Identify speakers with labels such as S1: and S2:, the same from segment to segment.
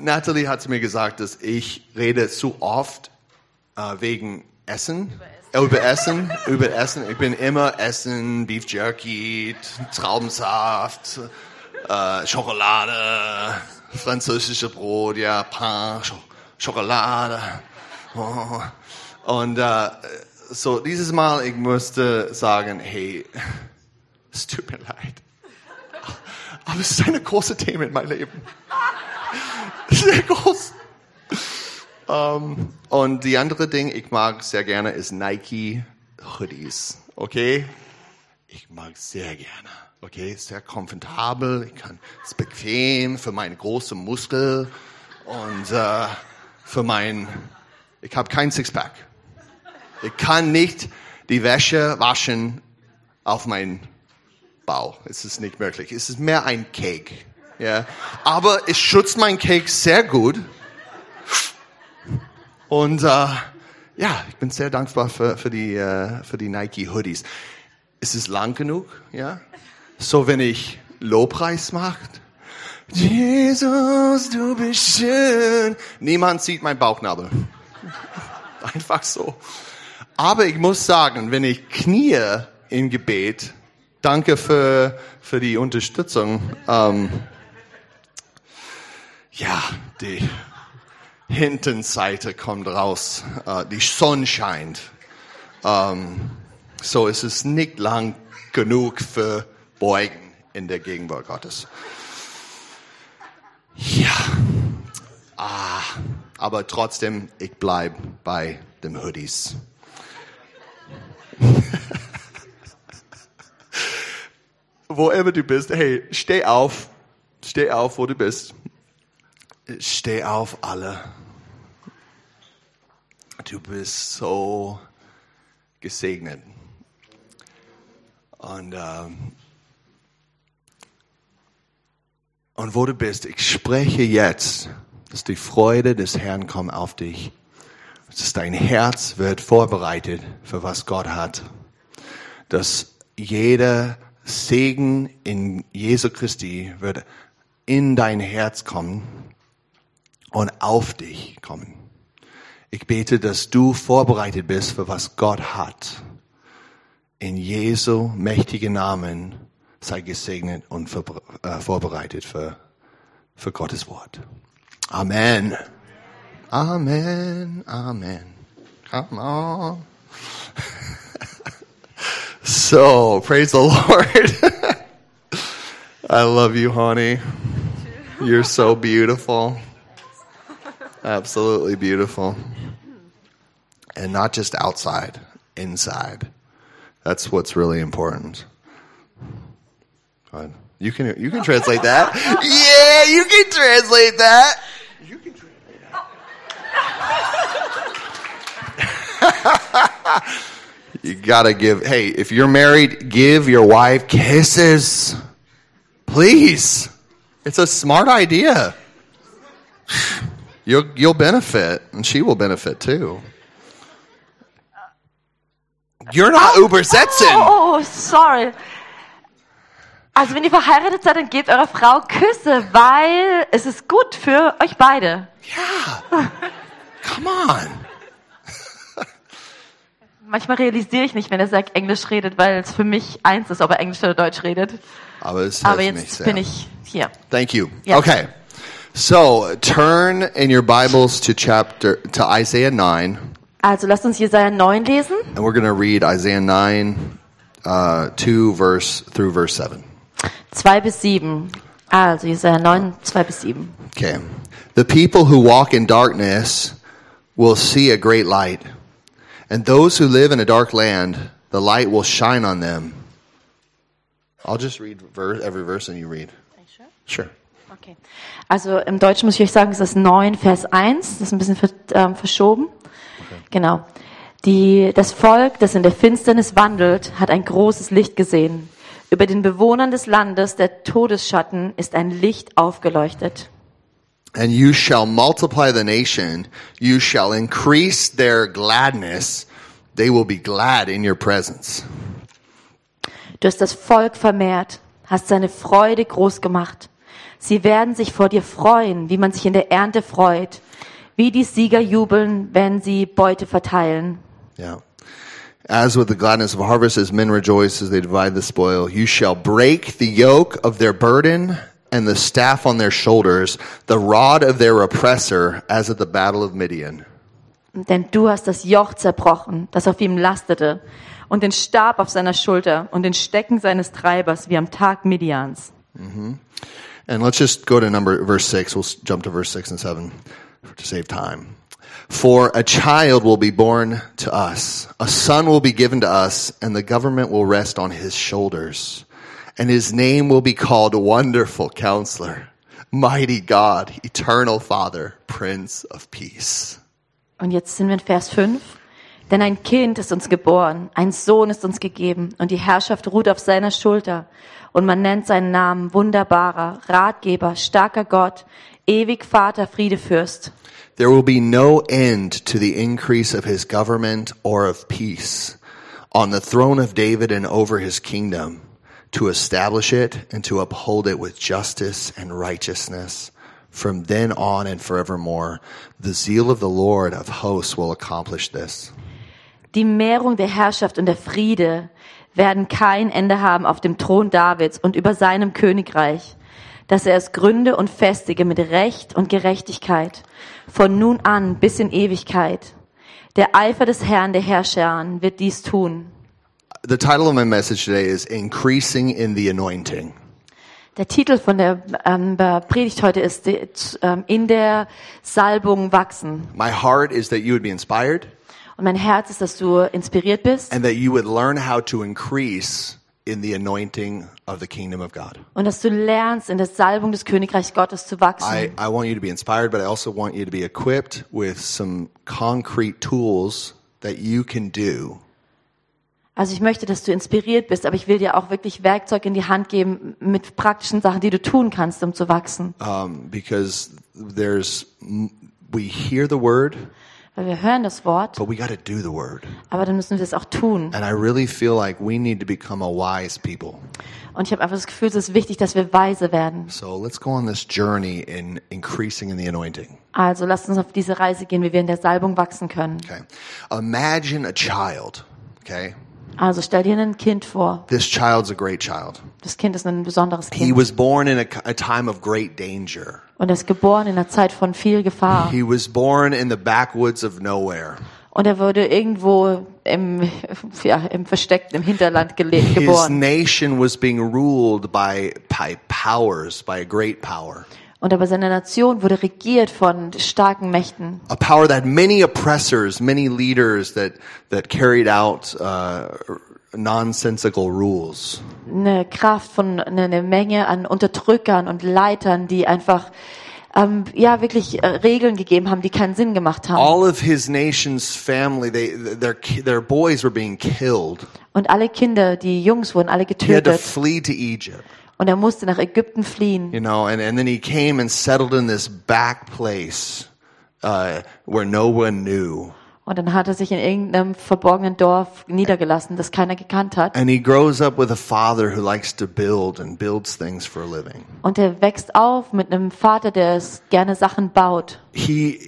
S1: Natalie hat mir gesagt, dass ich rede zu oft äh, wegen Essen. Äh, Über Essen. über Essen. Ich bin immer Essen, Beef Jerky, Traubensaft, äh, Schokolade, französische Brot, ja, Pain, Sch Schokolade. Oh. Und äh, so dieses Mal, ich musste sagen, hey, es tut mir leid. Aber es ist eine große Thema in meinem Leben. Sehr groß. Ähm, und die andere Ding, ich mag sehr gerne, ist Nike Hoodies. Okay? Ich mag sehr gerne. Okay? Sehr komfortabel. Ich kann, ist bequem für meine großen Muskel und äh, für mein, ich habe kein Sixpack. Ich kann nicht die Wäsche waschen auf meinen Bau. Es ist nicht möglich. Es ist mehr ein Cake. Ja. Aber es schützt mein Cake sehr gut. Und äh, ja, ich bin sehr dankbar für, für, die, äh, für die Nike Hoodies. Es ist lang genug, ja. So, wenn ich Lobpreis macht. Jesus, du bist schön. Niemand sieht meinen Bauchnabel. Einfach so. Aber ich muss sagen, wenn ich knie im Gebet, danke für, für die Unterstützung. Ähm, ja, die Hintenseite kommt raus, äh, die Sonne scheint. Ähm, so ist es nicht lang genug für Beugen in der Gegenwart Gottes. Ja, ah, aber trotzdem, ich bleib bei den Hoodies. wo immer du bist, hey, steh auf, steh auf, wo du bist. Steh auf, alle. Du bist so gesegnet. Und, ähm, und wo du bist, ich spreche jetzt, dass die Freude des Herrn kommt auf dich. Dass dein Herz wird vorbereitet für was Gott hat. Dass jeder Segen in Jesu Christi wird in dein Herz kommen und auf dich kommen. Ich bete, dass du vorbereitet bist für was Gott hat. In Jesu mächtigen Namen sei gesegnet und äh, vorbereitet für, für Gottes Wort. Amen. Amen. Amen. Come on. So, praise the Lord. I love you, honey. You're so beautiful. Absolutely beautiful. And not just outside, inside. That's what's really important. God. You can you can translate that. Yeah, you can translate that. You can translate that. you gotta give hey if you're married give your wife kisses please it's a smart idea you'll, you'll benefit and she will benefit too you're not übersetzen
S2: Oh, sorry. Also wenn ihr verheiratet seid, dann gebt eurer Frau Küsse, weil es ist gut für euch beide.
S1: yeah come on
S2: Manchmal realisiere ich nicht, wenn er sagt, Englisch redet, weil es für mich eins ist, ob er Englisch oder Deutsch redet.
S1: aber, es
S2: Aber
S1: hilft mich
S2: jetzt
S1: sehr.
S2: bin ich hier.
S1: Thank you.
S2: Yeah.
S1: Okay. So turn in your Bibles to chapter to Isaiah nine,
S2: Also lasst uns Jesaja 9 lesen.
S1: and we're going to read Isaiah nine, uh, two verse through verse seven.
S2: 2 bis 7. Also Jesaja 9, 2 bis 7.
S1: Okay. The people who walk in darkness will see a great light, and those who live in a dark land, the light will shine on them. I'll just read ver- every verse, and you read. Sure.
S2: Okay. Also im Deutschen muss ich euch sagen, es ist 9, Vers 1. Das ist ein bisschen ver, ähm, verschoben. Genau. Die, das Volk, das in der Finsternis wandelt, hat ein großes Licht gesehen. Über den Bewohnern des Landes der Todesschatten ist ein Licht aufgeleuchtet.
S1: And you shall multiply the nation. You shall increase their gladness. They will be glad in your presence.
S2: Du hast das Volk vermehrt, hast seine Freude groß gemacht. Sie werden sich vor dir freuen, wie man sich in der Ernte freut, wie die Sieger jubeln, wenn sie Beute verteilen.
S1: Yeah. As with the gladness of harvest, as men rejoice as they divide the spoil, you shall break the yoke of their burden and the staff on their shoulders, the rod of their oppressor, as at the battle of Midian.
S2: Denn du hast das Joch zerbrochen, das auf ihm lastete, und den Stab auf seiner Schulter und den Stecken seines Treibers wie am Tag Midians.
S1: And let's just go to number verse six. We'll s- jump to verse six and seven to save time. For a child will be born to us, a son will be given to us, and the government will rest on his shoulders. And his name will be called Wonderful Counselor, Mighty God, Eternal Father, Prince of Peace.
S2: Und jetzt sind wir in Vers 5. Denn ein Kind ist uns geboren, ein Sohn ist uns gegeben, und die Herrschaft ruht auf seiner Schulter. Und man nennt seinen Namen wunderbarer, Ratgeber, starker Gott, ewig Vater, Friedefürst.
S1: There will be no end to the increase of his government or of peace on the throne of David and over his kingdom to establish it and to uphold it with justice and righteousness from then on and forevermore. The zeal of the Lord of hosts will accomplish this.
S2: Die Mehrung der Herrschaft und der Friede werden kein Ende haben auf dem Thron Davids und über seinem Königreich, dass er es gründe und festige mit Recht und Gerechtigkeit, von nun an bis in Ewigkeit. Der Eifer des Herrn der Herrscher wird dies tun.
S1: The title of my message today is Increasing in the Anointing.
S2: Der Titel von der ähm, Predigt heute ist die- z- ähm, In der Salbung wachsen.
S1: My heart is that you would be inspired
S2: Und mein Herz ist, dass du inspiriert bist
S1: and that you would learn how to increase in the anointing of the kingdom of God.
S2: und dass du lernst, in der Salbung des Königreichs Gottes zu wachsen.
S1: I, I want you to be inspired, but I also want you to be equipped with some concrete tools that you can do
S2: Also ich möchte, dass du inspiriert bist, aber ich will dir auch wirklich Werkzeug in die Hand geben mit praktischen Sachen, die du tun kannst, um zu wachsen.
S1: um, because there's m- we hear the word,
S2: Weil wir hören das Wort,
S1: but we got to do the word.
S2: aber dann müssen wir es auch tun.
S1: And I really feel like we need to become a wise people.
S2: Und ich habe einfach das Gefühl, es ist wichtig, dass wir weise werden.
S1: So let's go on this journey in increasing in the anointing.
S2: Also lasst uns auf diese Reise gehen, wie wir in der Salbung wachsen können.
S1: Okay, imagine a child. Okay,
S2: Also stell dir ein Kind vor.
S1: this child's a great child.
S2: Das Kind ist ein besonderes
S1: He
S2: Kind
S1: was born in a, a time of great danger.
S2: und er ist geboren in einer Zeit von viel Gefahr.
S1: He was born in the backwoods of nowhere.
S2: Und er wurde irgendwo im, ja, im versteckten, im Hinterland gele-
S1: His
S2: geboren.
S1: nation was being ruled by, by powers, by a great power,
S2: Und aber seine Nation wurde regiert von starken Mächten.
S1: a power that had many oppressors, many leaders that that carried out uh, nonsensical rules.
S2: eine Kraft von eine, eine Menge an Unterdrückern und Leitern, die einfach ähm, ja wirklich äh, Regeln gegeben haben, die keinen Sinn gemacht haben.
S1: All of his nation's family, they their ki- their boys were being killed.
S2: Und alle Kinder, die Jungs wurden alle
S1: He had to
S2: getötet
S1: flee to Egypt,
S2: und er musste nach Ägypten fliehen.
S1: you know, and and then he came and settled in this back place uh, where no one knew.
S2: Und dann hat er sich in irgendeinem verborgenen Dorf niedergelassen, das keiner gekannt hat.
S1: And he grows up with a father who likes to build and builds things for a living.
S2: Und er wächst auf mit einem Vater, der es gerne Sachen baut.
S1: he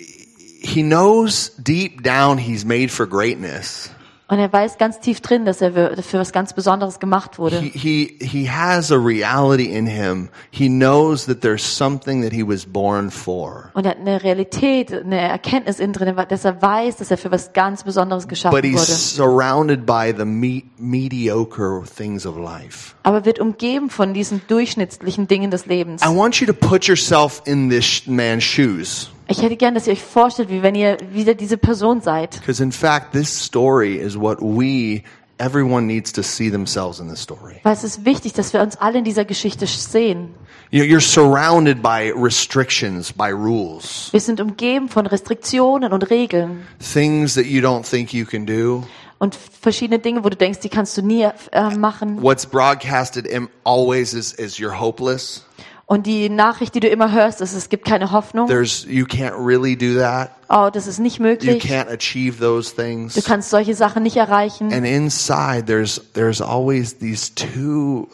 S1: he knows deep down he's made for greatness.
S2: Und er weiß ganz tief drin, dass er wir- für was ganz Besonderes gemacht
S1: He,
S2: wurde.
S1: he he has a reality in him. He knows that there's something that he was born for.
S2: Und er hat eine Realität, eine Erkenntnis innen drin, dass er weiß, dass er für was ganz Besonderes geschaffen
S1: But he's
S2: wurde.
S1: surrounded by the me- mediocre things of life.
S2: aber wird umgeben von diesen durchschnittlichen Dingen des Lebens.
S1: I want you to put yourself in this man's shoes.
S2: Ich hätte gern, dass ihr euch vorstellt, wie wenn ihr wieder diese Person seid.
S1: Because in fact, this story is what we, everyone needs to see themselves in this story.
S2: Weil es ist wichtig, dass wir uns alle in dieser Geschichte sehen.
S1: You- You're surrounded by restrictions, by rules.
S2: Wir sind umgeben von Restriktionen und Regeln
S1: things that you don't think you can do.
S2: und verschiedene Dinge, wo du denkst, die kannst du nie äh, machen.
S1: What's broadcasted im- always is, is you're hopeless.
S2: Und die Nachricht, die du immer hörst, ist, es gibt keine Hoffnung.
S1: There's you can't really do that.
S2: Oh, das ist nicht
S1: You
S2: möglich.
S1: can't achieve those things.
S2: Du kannst solche Sachen nicht erreichen.
S1: And inside there's there's always these two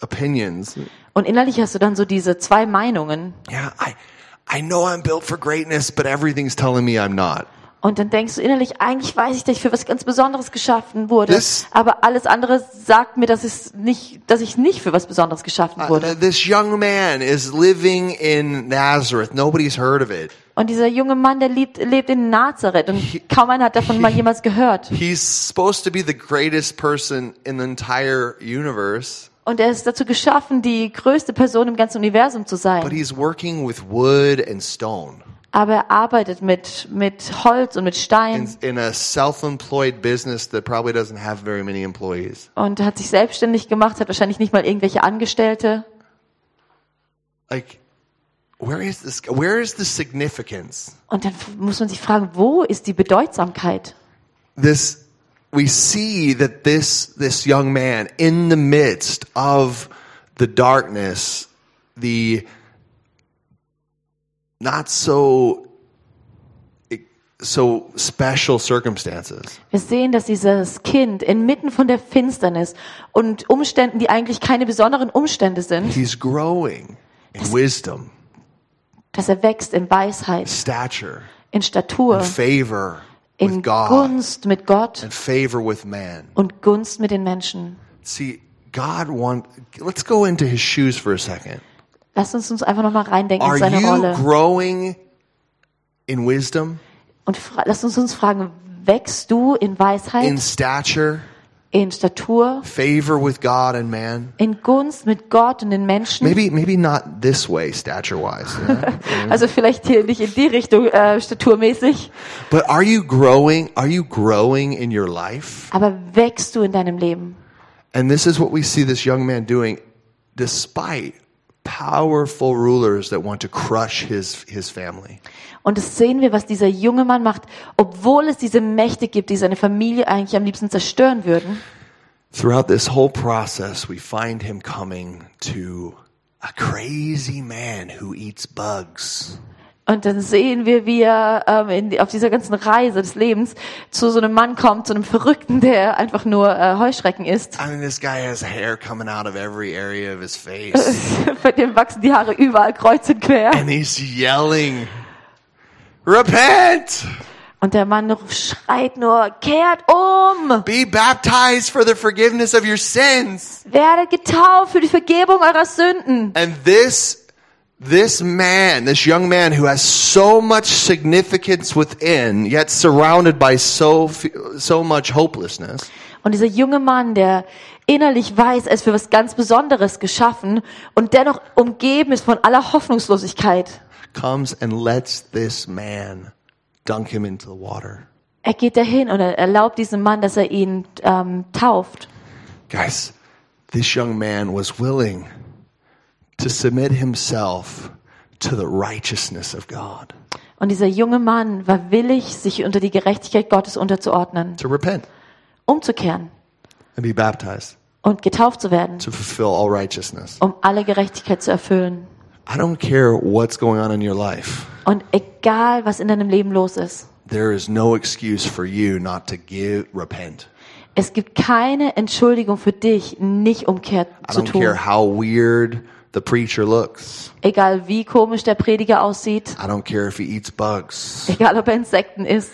S1: opinions.
S2: Und innerlich hast du dann so diese zwei Meinungen.
S1: Yeah, I, I know I'm built for greatness, but everything's telling me I'm not.
S2: Und dann denkst du innerlich, eigentlich weiß ich, dass ich für was ganz Besonderes geschaffen wurde.
S1: This-
S2: aber alles andere sagt mir, dass, es nicht, dass ich nicht für was Besonderes geschaffen
S1: Uh,
S2: wurde.
S1: th- this young man is living in Nazareth. Nobody's heard of it.
S2: Und dieser junge Mann, der lebt, lebt in Nazareth und kaum einer hat davon mal jemals gehört.
S1: He's supposed to be the greatest person in the entire universe,
S2: Und er ist dazu geschaffen, die größte Person im ganzen Universum zu
S1: but
S2: sein.
S1: he's working with wood and stone
S2: Aber er arbeitet mit, mit Holz und mit
S1: in,
S2: Stein
S1: in a self-employed business that probably doesn't have very many employees.
S2: und hat sich selbstständig gemacht, hat wahrscheinlich nicht mal irgendwelche Angestellte.
S1: Like, where is this? Where is the significance?
S2: Und dann f- muss man sich fragen, wo ist die Bedeutsamkeit?
S1: This we see that this this young man in the midst of the darkness, the not so so special circumstances.
S2: Wir sehen, dass dieses Kind inmitten von der Finsternis und Umständen, die eigentlich keine besonderen Umstände sind,
S1: He's growing in wisdom,
S2: dass er wächst in Weisheit,
S1: stature,
S2: in Statur,
S1: favor with
S2: Uh, in
S1: God,
S2: Gunst mit Gott
S1: and favor with man.
S2: und Gunst mit den Menschen.
S1: See, God want let's go into his shoes for a second.
S2: Lasst uns uns einfach nochmal reindenken
S1: Are
S2: in seine
S1: you
S2: Rolle.
S1: growing in wisdom,
S2: Und fra- lasst uns uns fragen, wächst du in
S1: in
S2: Weisheit,
S1: stature,
S2: in Statur,
S1: favor with God and man?
S2: in Gunst mit Gott und den Menschen?
S1: Maybe maybe not this way stature wise,
S2: Also vielleicht hier nicht in die Richtung äh, staturmäßig,
S1: but are you growing? Are you growing in your life?
S2: aber wächst du in deinem Leben?
S1: And this is what we see this young man doing, despite powerful rulers that want to crush his his family.
S2: Und das sehen wir, was dieser junge Mann macht, obwohl es diese Mächte gibt, die seine Familie eigentlich am liebsten zerstören würden.
S1: Throughout this whole process, we find him coming to a crazy man who eats bugs.
S2: Und dann sehen wir, wie er ähm, in, auf dieser ganzen Reise des Lebens zu so einem Mann kommt, zu einem Verrückten, der einfach nur äh, Heuschrecken isst.
S1: I mean, this guy has hair coming out of every area of his face,
S2: Bei dem wachsen die Haare überall kreuz und quer.
S1: and he's yelling, "Repent!
S2: Und der Mann schreit nur, kehrt um,
S1: Be baptized for the forgiveness of your sins!"
S2: werdet getauft für die Vergebung eurer Sünden.
S1: And this, this man, this young man who has so much significance within, yet surrounded by so f- so much hopelessness.
S2: Und dieser junge Mann, der innerlich weiß, er ist für was ganz Besonderes geschaffen und dennoch umgeben ist von aller Hoffnungslosigkeit.
S1: comes and lets this man dunk him into the water.
S2: Er geht dahin und er erlaubt diesem Mann, dass er ihn ähm, tauft.
S1: Guys, this young man was willing to submit himself to the righteousness of God,
S2: Und dieser junge Mann war willig, sich unter die Gerechtigkeit Gottes unterzuordnen,
S1: to repent
S2: umzukehren
S1: and be baptized,
S2: und getauft zu werden,
S1: to fulfill all righteousness.
S2: um alle Gerechtigkeit zu erfüllen.
S1: I don't care what's going on in your life.
S2: Und egal, was in deinem Leben los ist,
S1: There is no excuse for you not to give repent.
S2: es gibt keine Entschuldigung für dich, nicht umkehrt
S1: I
S2: zu
S1: don't care
S2: tun.
S1: how weird the preacher looks.
S2: Egal wie komisch der Prediger aussieht,
S1: I don't care if he eats bugs.
S2: egal ob er Insekten isst,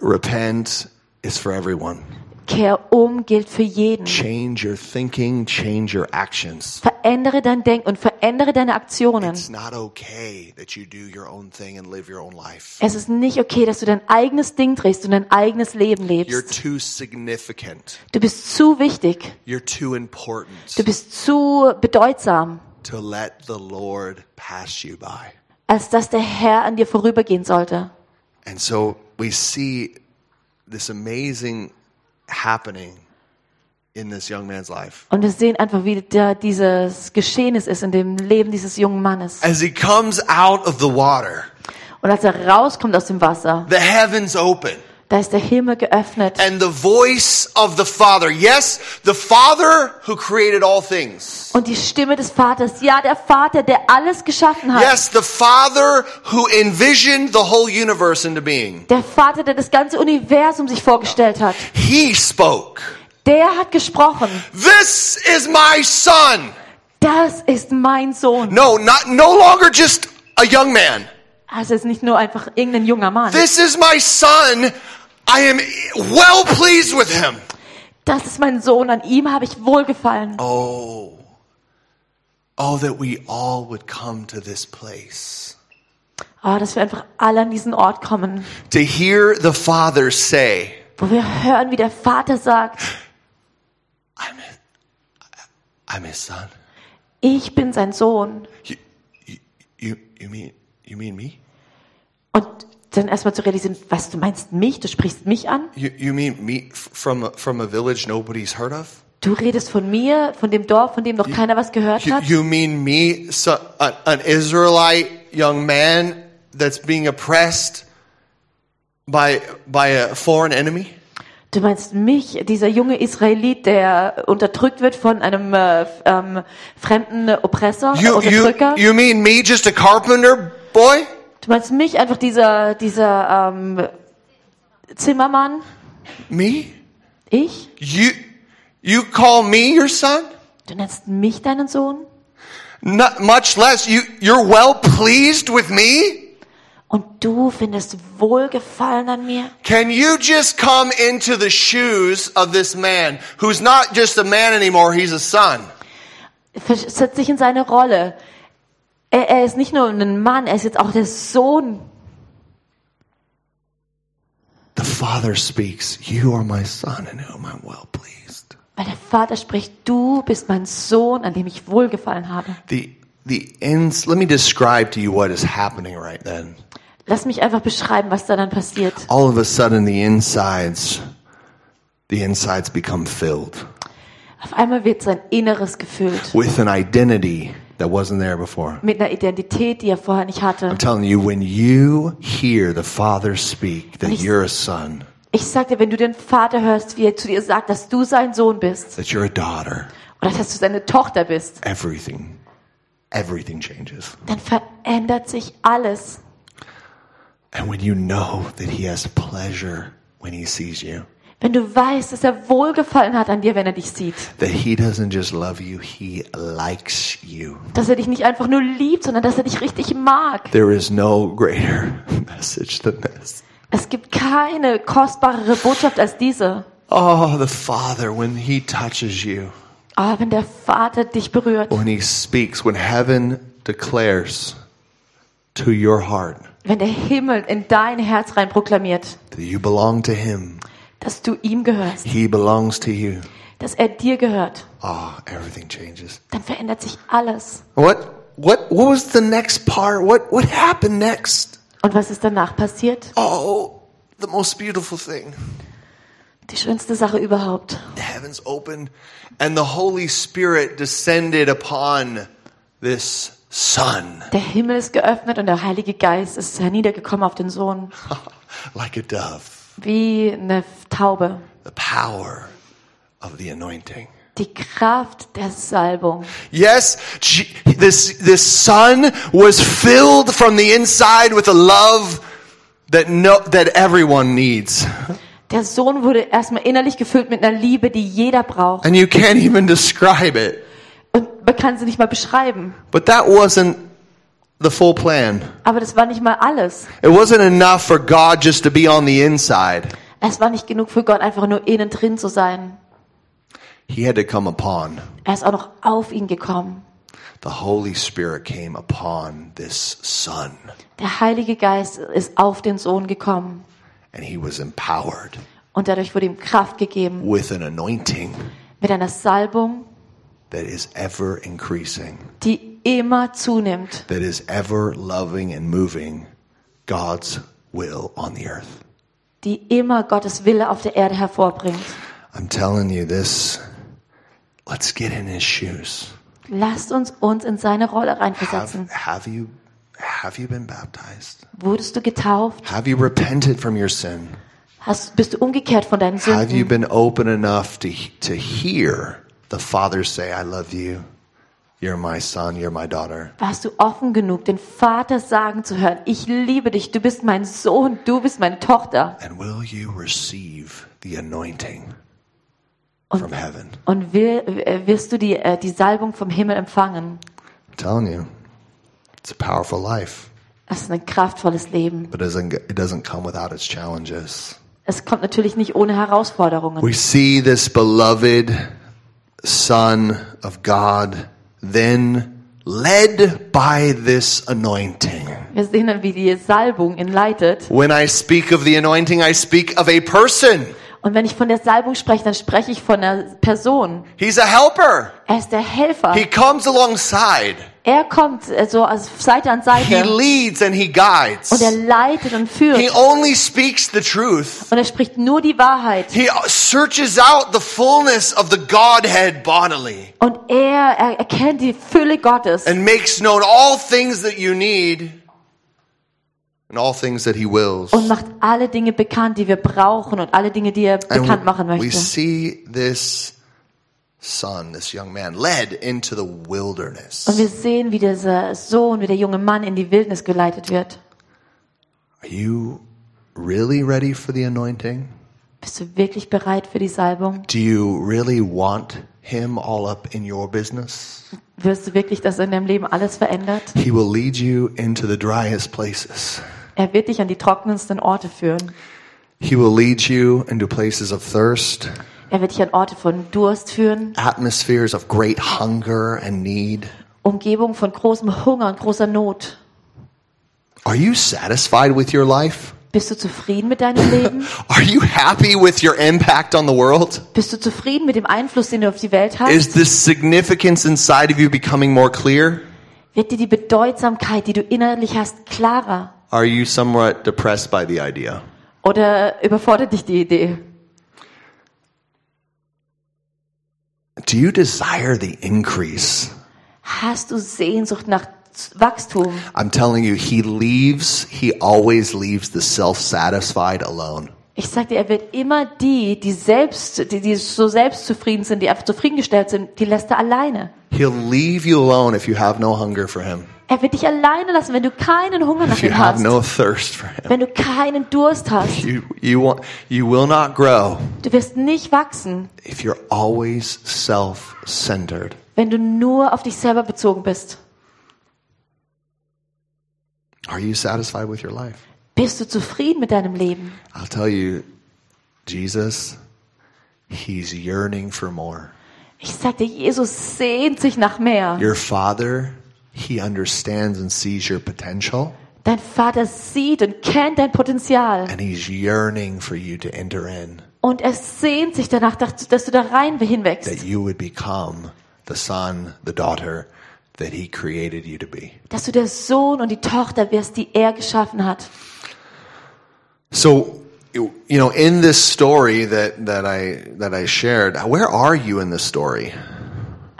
S1: Repent is for everyone.
S2: kehr um gilt für jeden.
S1: change your thinking, change your actions.
S2: Verändere dein Denken und verändere deine Aktionen.
S1: It's not okay that you do your own thing and live your own life.
S2: Es ist nicht okay, dass du dein eigenes Ding drehst und dein eigenes Leben
S1: You're
S2: lebst.
S1: too significant.
S2: Du bist zu wichtig.
S1: You're too important
S2: Du bist zu bedeutsam,
S1: to let the Lord pass you by.
S2: als dass der Herr an dir vorübergehen sollte.
S1: And so we see this amazing happening in this young man's life.
S2: Und wir sehen einfach, wie da dieses Geschehnis ist in dem Leben dieses jungen Mannes.
S1: As he comes out of the water,
S2: Und als er rauskommt aus dem Wasser,
S1: the heavens open.
S2: da ist der Himmel geöffnet.
S1: And the voice of the Father, yes, the Father who created all things.
S2: Und die Stimme des Vaters, ja, der Vater, der alles geschaffen hat.
S1: Yes, the Father who envisioned the whole universe into being.
S2: Der Vater, der das ganze Universum sich vorgestellt hat.
S1: He spoke.
S2: Der hat gesprochen.
S1: This is my son.
S2: Das ist mein Sohn.
S1: No, not no longer just a young man.
S2: Also es ist nicht nur einfach irgendein junger Mann.
S1: This is my son. I am well pleased with him.
S2: Das ist mein Sohn. An ihm habe ich wohlgefallen.
S1: Oh. Oh, that we all would come to this place
S2: Ah, dass wir einfach alle an diesen Ort kommen,
S1: to hear the Father say,
S2: wo wir hören, wie der Vater sagt,
S1: I'm his, I'm his son.
S2: ich bin sein Sohn.
S1: You, you, you, you mean you mean me?
S2: Und dann erstmal zu realisieren, was du meinst mich, du sprichst mich an,
S1: You, you mean me f- from a- from a village nobody's heard of?
S2: du redest von mir, von dem Dorf, von dem noch keiner was gehört
S1: You,
S2: hat.
S1: you mean me, so, an, an Israelite young man that's being oppressed by by a foreign enemy?
S2: Du meinst mich, dieser junge Israelit, der unterdrückt wird von einem äh, f- ähm, fremden Oppressor, äh,
S1: You you
S2: Unterdrücker.
S1: you mean me, just a carpenter boy?
S2: Du meinst mich, einfach dieser, dieser ähm, Zimmermann,
S1: Me?
S2: ich?
S1: You you call me your son?
S2: Du nennst mich deinen Sohn?
S1: Not much less you you're well pleased with me?
S2: Und du findest Wohlgefallen an mir?
S1: Can you just come into the shoes of this man who's not just a man anymore, he's a son?
S2: Versetz dich in seine Rolle. Er, er ist nicht nur ein Mann, er ist jetzt auch der Sohn.
S1: The father speaks, You are my son in whom I'm well pleased.
S2: Weil der Vater spricht, du bist mein Sohn, an dem ich Wohlgefallen habe.
S1: The the ins let me describe to you what is happening right then.
S2: Lass mich einfach beschreiben, was da dann passiert.
S1: All of a sudden the insides the insides become filled
S2: Auf einmal wird sein Inneres gefüllt.
S1: with an identity that wasn't there before.
S2: Mit einer Identität, die er vorher nicht hatte.
S1: I'm telling you, when you hear the father speak that
S2: Please.
S1: you're a son,
S2: Ich sag dir, wenn du den Vater hörst, wie er zu dir sagt, dass du sein Sohn bist
S1: that you're a daughter,
S2: oder dass du seine Tochter bist,
S1: everything everything changes.
S2: dann verändert sich alles.
S1: And when you know that he has pleasure when he sees you,
S2: Wenn du weißt, dass er Wohlgefallen hat an dir, wenn er dich sieht.
S1: that he doesn't just love you, he likes you.
S2: Dass er dich nicht einfach nur liebt, sondern dass er dich richtig mag.
S1: There is no greater message than this.
S2: Es gibt keine kostbarere Botschaft als diese.
S1: Oh, the Father, when he touches you,
S2: Aber wenn der Vater dich berührt,
S1: when he speaks, when heaven declares to your heart
S2: wenn der Himmel in dein Herz rein proklamiert,
S1: that you belong to him,
S2: dass du ihm gehörst,
S1: he belongs to you,
S2: dass er dir gehört,
S1: ah, everything changes.
S2: dann verändert sich alles.
S1: What? What? What was the next part? What? What happened next?
S2: Und was ist danach passiert?
S1: Oh, the most beautiful thing.
S2: Die schönste Sache überhaupt.
S1: the heavens opened and the Holy Spirit descended upon this son
S2: Der Himmel ist geöffnet und der Heilige Geist ist herniedergekommen auf den Sohn,
S1: like a dove.
S2: wie eine Taube.
S1: The power of the anointing.
S2: Die Kraft der Salbung.
S1: Yes, Je- this, this son was filled from the inside with a love that no, that everyone needs.
S2: Der Sohn wurde erstmal innerlich gefüllt mit einer Liebe, die jeder braucht.
S1: And you can't even describe it.
S2: Und man kann sie nicht mal beschreiben.
S1: But that wasn't the full plan.
S2: Aber das war nicht mal alles.
S1: It wasn't enough for God just to be on the inside.
S2: Es war nicht genug für Gott, einfach nur innen drin zu sein.
S1: He had to come upon.
S2: Er ist auch noch auf ihn gekommen.
S1: The Holy Spirit came upon this son,
S2: Der Heilige Geist ist auf den Sohn gekommen.
S1: and he was empowered
S2: Und dadurch wurde ihm Kraft gegeben.
S1: with an anointing
S2: Mit einer Salbung,
S1: that is ever increasing,
S2: die immer zunimmt.
S1: that is ever loving and moving God's will on the earth.
S2: die immer Gottes Wille auf der Erde hervorbringt.
S1: I'm telling you this, let's get in his shoes.
S2: Lasst uns uns in seine Rolle
S1: Have,
S2: reinversetzen.
S1: have you have you been baptized?
S2: Wurdest du getauft?
S1: Have you repented from your sin?
S2: Hast, bist du umgekehrt von deinen
S1: Have you
S2: Sünden?
S1: been open enough to to hear the Father say, "I love you. You're my son, you're my daughter."
S2: Warst du offen genug, den Vater sagen zu hören, ich liebe dich, du bist mein Sohn, du bist meine Tochter?
S1: And will you receive the anointing from heaven.
S2: Und will, äh, wirst du die, äh, die Salbung vom Himmel empfangen.
S1: I'm telling you, it's a powerful life,
S2: Das ist ein kraftvolles Leben.
S1: but it doesn't, it doesn't come without its challenges.
S2: Es kommt natürlich nicht ohne Herausforderungen.
S1: We see this beloved Son of God then led by this anointing.
S2: Wir sehen dann, wie die Salbung ihn leitet.
S1: When I speak of the anointing, I speak of a person.
S2: Und wenn ich von der Salbung spreche, dann spreche ich von einer Person.
S1: He's a helper.
S2: Er ist der Helfer.
S1: He comes alongside.
S2: Er kommt äh, so also Seite an
S1: He
S2: Seite
S1: leads and he guides.
S2: und er leitet
S1: He
S2: und führt.
S1: only speaks the truth.
S2: Und er spricht nur die Wahrheit.
S1: He searches out the fullness of the Godhead bodily
S2: Und er, er erkennt die Fülle Gottes.
S1: and makes known all things that you need and all things that he wills.
S2: und macht alle Dinge bekannt, die wir brauchen und alle Dinge, die er
S1: And
S2: bekannt machen
S1: we
S2: möchte.
S1: see this son, this young man, led into the wilderness.
S2: Und wir sehen, wie dieser Sohn, wie der junge Mann in die Wildnis geleitet wird.
S1: Are you really ready for the anointing?
S2: Bist du wirklich bereit für die Salbung?
S1: Do you really want him all up in your business?
S2: Wirst du wirklich, dass in deinem Leben alles verändert?
S1: He will lead you into the driest places.
S2: Er wird dich an die trockensten Orte führen.
S1: He will lead you into places of thirst,
S2: Er wird dich an Orte von Durst führen,
S1: atmospheres of great hunger and need.
S2: Umgebung von großem Hunger und großer Not.
S1: Are you satisfied with your life?
S2: Bist du zufrieden mit deinem Leben?
S1: Are you happy with your impact on the world?
S2: Bist du zufrieden mit dem Einfluss, den du auf die Welt hast?
S1: Is the significance inside of you becoming more clear?
S2: Wird dir die Bedeutsamkeit, die du innerlich hast, klarer?
S1: Are you somewhat depressed by the idea?
S2: Oder überfordert dich die Idee?
S1: Do you desire the increase?
S2: Hast du Sehnsucht nach Z- Wachstum?
S1: I'm telling you, he leaves, he always leaves the self satisfied alone.
S2: Ich sag dir, er wird immer die, die selbst, die, die so selbstzufrieden sind, die einfach zufriedengestellt sind, die lässt er alleine.
S1: He'll leave you alone if you have no hunger for him,
S2: Er wird dich alleine lassen, wenn du keinen Hunger nach
S1: if you
S2: ihm
S1: have
S2: hast,
S1: no thirst for him.
S2: wenn du keinen Durst hast.
S1: You, you, want, you will not grow
S2: Du wirst nicht wachsen,
S1: if you're always self centered.
S2: wenn du nur auf dich selber bezogen bist.
S1: Are you satisfied with your life?
S2: Bist du zufrieden mit deinem Leben?
S1: I'll tell you, Jesus, he's yearning for more.
S2: Ich sag dir, Jesus sehnt sich nach mehr.
S1: Your father, he understands and sees your potential,
S2: Dein Vater sieht und kennt dein Potenzial
S1: and he's yearning for you to enter in,
S2: und er sehnt sich danach, dass dass du da rein hinwächst.
S1: that you would become the son, the daughter that he created you to be.
S2: dass du der Sohn und die Tochter wirst, die er geschaffen hat.
S1: So, you you know, in this story that, that I that I shared, where are you in this story?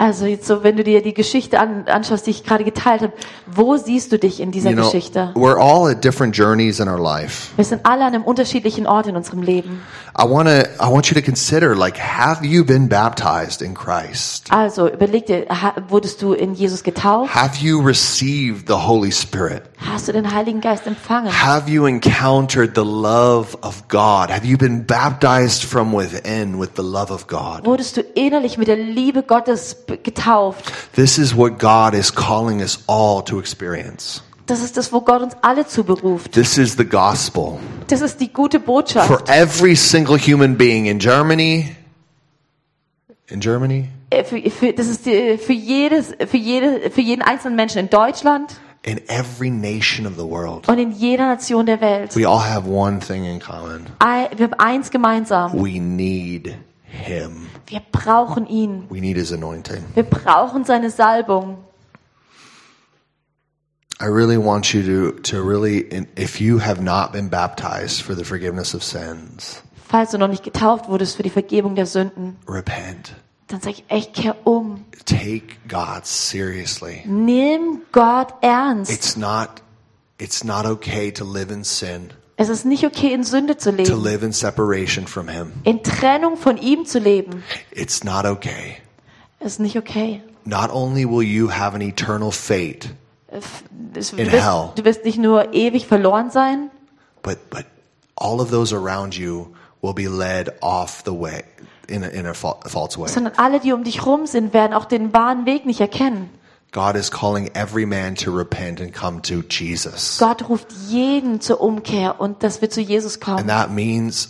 S2: Also jetzt so, wenn du dir die Geschichte an, anschaust, die ich gerade geteilt habe, wo siehst du dich in dieser
S1: You know,
S2: Geschichte?
S1: we're all at different journeys in our life.
S2: Wir sind alle an einem unterschiedlichen Ort in unserem Leben.
S1: I want to I want you to consider like have you been baptized in Christ?
S2: Also überleg dir, ha- wurdest du in Jesus getauft?
S1: Have you received the Holy Spirit?
S2: Hast du den Heiligen Geist empfangen?
S1: Have you encountered the love of God? Have you been baptized from within with the love of God?
S2: Wurdest du innerlich mit der Liebe Gottes b- getauft?
S1: This is what God is calling us all to experience.
S2: Das ist das, wo Gott uns alle zu beruft.
S1: This is the gospel
S2: Das ist die gute Botschaft
S1: for every single human being in Germany. In Germany?
S2: Äh, für, für, das ist die, äh, für jedes, für jede, für jeden einzelnen Menschen in Deutschland
S1: In every nation of the world.
S2: und in jeder Nation der Welt.
S1: We all have one thing in common.
S2: Ei- Wir haben eins gemeinsam.
S1: We need him.
S2: Wir brauchen ihn.
S1: We need his anointing.
S2: Wir brauchen seine Salbung.
S1: I really want you to to really and if you have not been baptized for the forgiveness of sins,
S2: Falls du noch nicht getauft wurdest für die Vergebung der Sünden,
S1: repent.
S2: dann sag ich echt, kehr um.
S1: Take God seriously.
S2: Mm. Nimm Gott ernst.
S1: It's not it's not okay to live in sin,
S2: Es ist nicht okay, in Sünde zu
S1: to
S2: leben,
S1: live in separation from him.
S2: in Trennung von ihm zu leben.
S1: It's not okay.
S2: Es ist nicht okay.
S1: Not only will you have an eternal fate,
S2: Es- Du
S1: In hell.
S2: wirst, du wirst nicht nur ewig verloren sein,
S1: but but all of those around you will be led off the way in a, in a fa- false way.
S2: sondern alle, die um dich rum sind, werden auch den wahren Weg nicht erkennen.
S1: God is calling every man to repent and come to Jesus.
S2: Gott ruft jeden zur Umkehr und dass wir zu Jesus
S1: And
S2: kommen.
S1: that means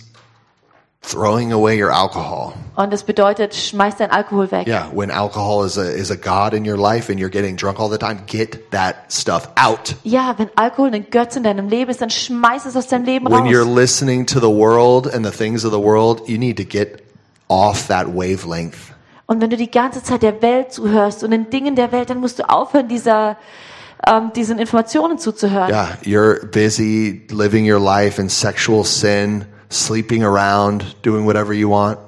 S1: throwing away your alcohol.
S2: Und das bedeutet, schmeiß dein Alkohol weg.
S1: Yeah, when alcohol is a is a god in your life and you're getting drunk all the time, get that stuff out.
S2: Ja, wenn Alkohol ein Götze in deinem Leben ist, dann schmeiß es aus deinem Leben
S1: When you're
S2: raus.
S1: listening to the world and the things of the world, you need to get off that wavelength.
S2: Und wenn du die ganze Zeit der Welt zuhörst und den Dingen der Welt, dann musst du aufhören, dieser, ähm, diesen Informationen zuzuhören.
S1: Yeah, you're busy living your life in sexual sin, sleeping around, doing whatever you want.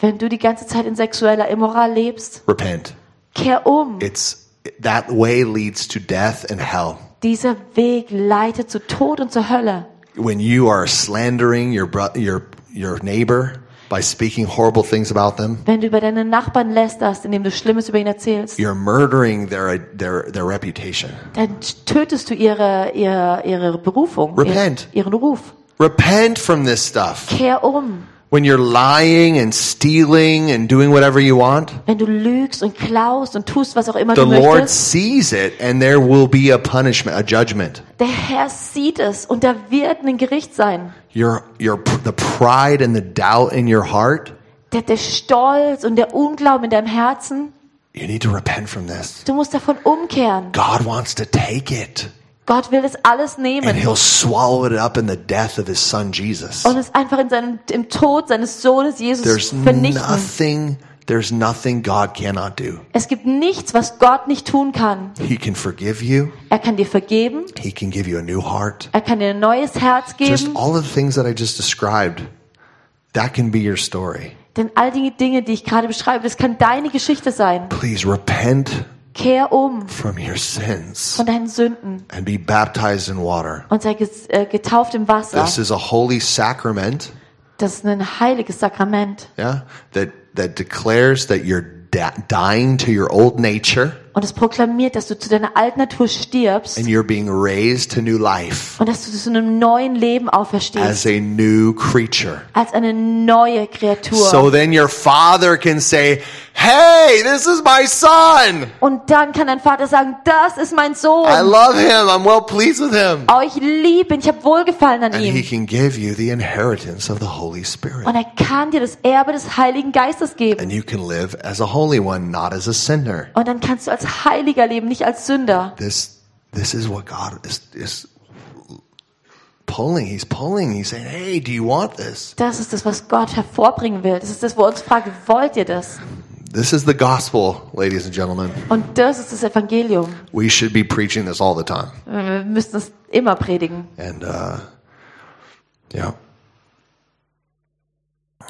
S2: Wenn du die ganze Zeit in sexueller Immoral lebst,
S1: Repent.
S2: kehr um.
S1: It's that way leads to death and hell.
S2: Dieser Weg leitet zu Tod und zur Hölle.
S1: when you are slandering your bro- your your neighbor by speaking horrible things about them,
S2: Wenn du über deine Nachbarn lästerst, indem du Schlimmes über ihn erzählst,
S1: you're murdering their their their reputation.
S2: dann tötest du ihre, ihre, ihre Berufung,
S1: Repent.
S2: Ihren, ihren Ruf.
S1: Repent from this stuff.
S2: Kehr um.
S1: When you're lying and stealing and doing whatever you want,
S2: Wenn du lügst und klaust und tust, was auch immer
S1: the
S2: du
S1: Lord
S2: möchtest,
S1: sees it and there will be a punishment, a judgment.
S2: der Herr sieht es und da wird ein Gericht sein.
S1: Your your pr- the pride and the doubt in your heart,
S2: Der, der Stolz und der Unglauben in deinem Herzen,
S1: you need to repent from this.
S2: du musst davon umkehren.
S1: God wants to take it
S2: Gott will das alles
S1: and
S2: nehmen
S1: he'll swallow it up in the death of his son Jesus.
S2: und es einfach in seinem, im Tod seines Sohnes Jesus
S1: There's
S2: vernichten.
S1: nothing, there's nothing God cannot do.
S2: Es gibt nichts, was Gott nicht tun kann.
S1: He can forgive you.
S2: Er kann dir vergeben,
S1: He can give you a new heart.
S2: er kann dir ein neues Herz
S1: Just
S2: geben.
S1: all of the things that I just described, that can be your story.
S2: Denn all die Dinge, die ich gerade beschreibe, das kann deine Geschichte sein.
S1: Please repent
S2: Kehr um
S1: from your sins
S2: von deinen Sünden
S1: and be baptized in water.
S2: und sei ges- äh, getauft im Wasser.
S1: This is a holy sacrament,
S2: Das ist ein heiliges Sakrament.
S1: yeah, that that declares that you're da- dying to your old nature
S2: Und es proklamiert, dass du zu deiner alten Natur stirbst
S1: and you're being raised to new life
S2: und dass du zu einem neuen Leben auferstehst.
S1: as a new creature.
S2: Als eine neue
S1: So
S2: Kreatur.
S1: then your father can say, Hey, this is my son.
S2: Und dann kann dein Vater sagen, das ist mein
S1: I
S2: Sohn.
S1: love him. I'm well pleased with him.
S2: Oh, ich liebe ihn. Ich habe Wohlgefallen an
S1: And he
S2: ihm.
S1: can give you the inheritance of the Holy Spirit.
S2: Und er kann dir das Erbe des Heiligen Geistes geben.
S1: And you can live as a holy one, not as a sinner.
S2: Und dann kannst du als Heiliger leben, nicht als Sünder.
S1: This, this is what God is, is pulling. He's pulling. He's saying, Hey, do you want this?
S2: Das ist das, was Gott hervorbringen will. Das ist das, wo er uns fragt, wollt ihr das?
S1: This is the gospel, ladies and gentlemen.
S2: Und das ist das Evangelium.
S1: We should be preaching this all the time.
S2: Wir müssen es immer predigen.
S1: And uh yeah.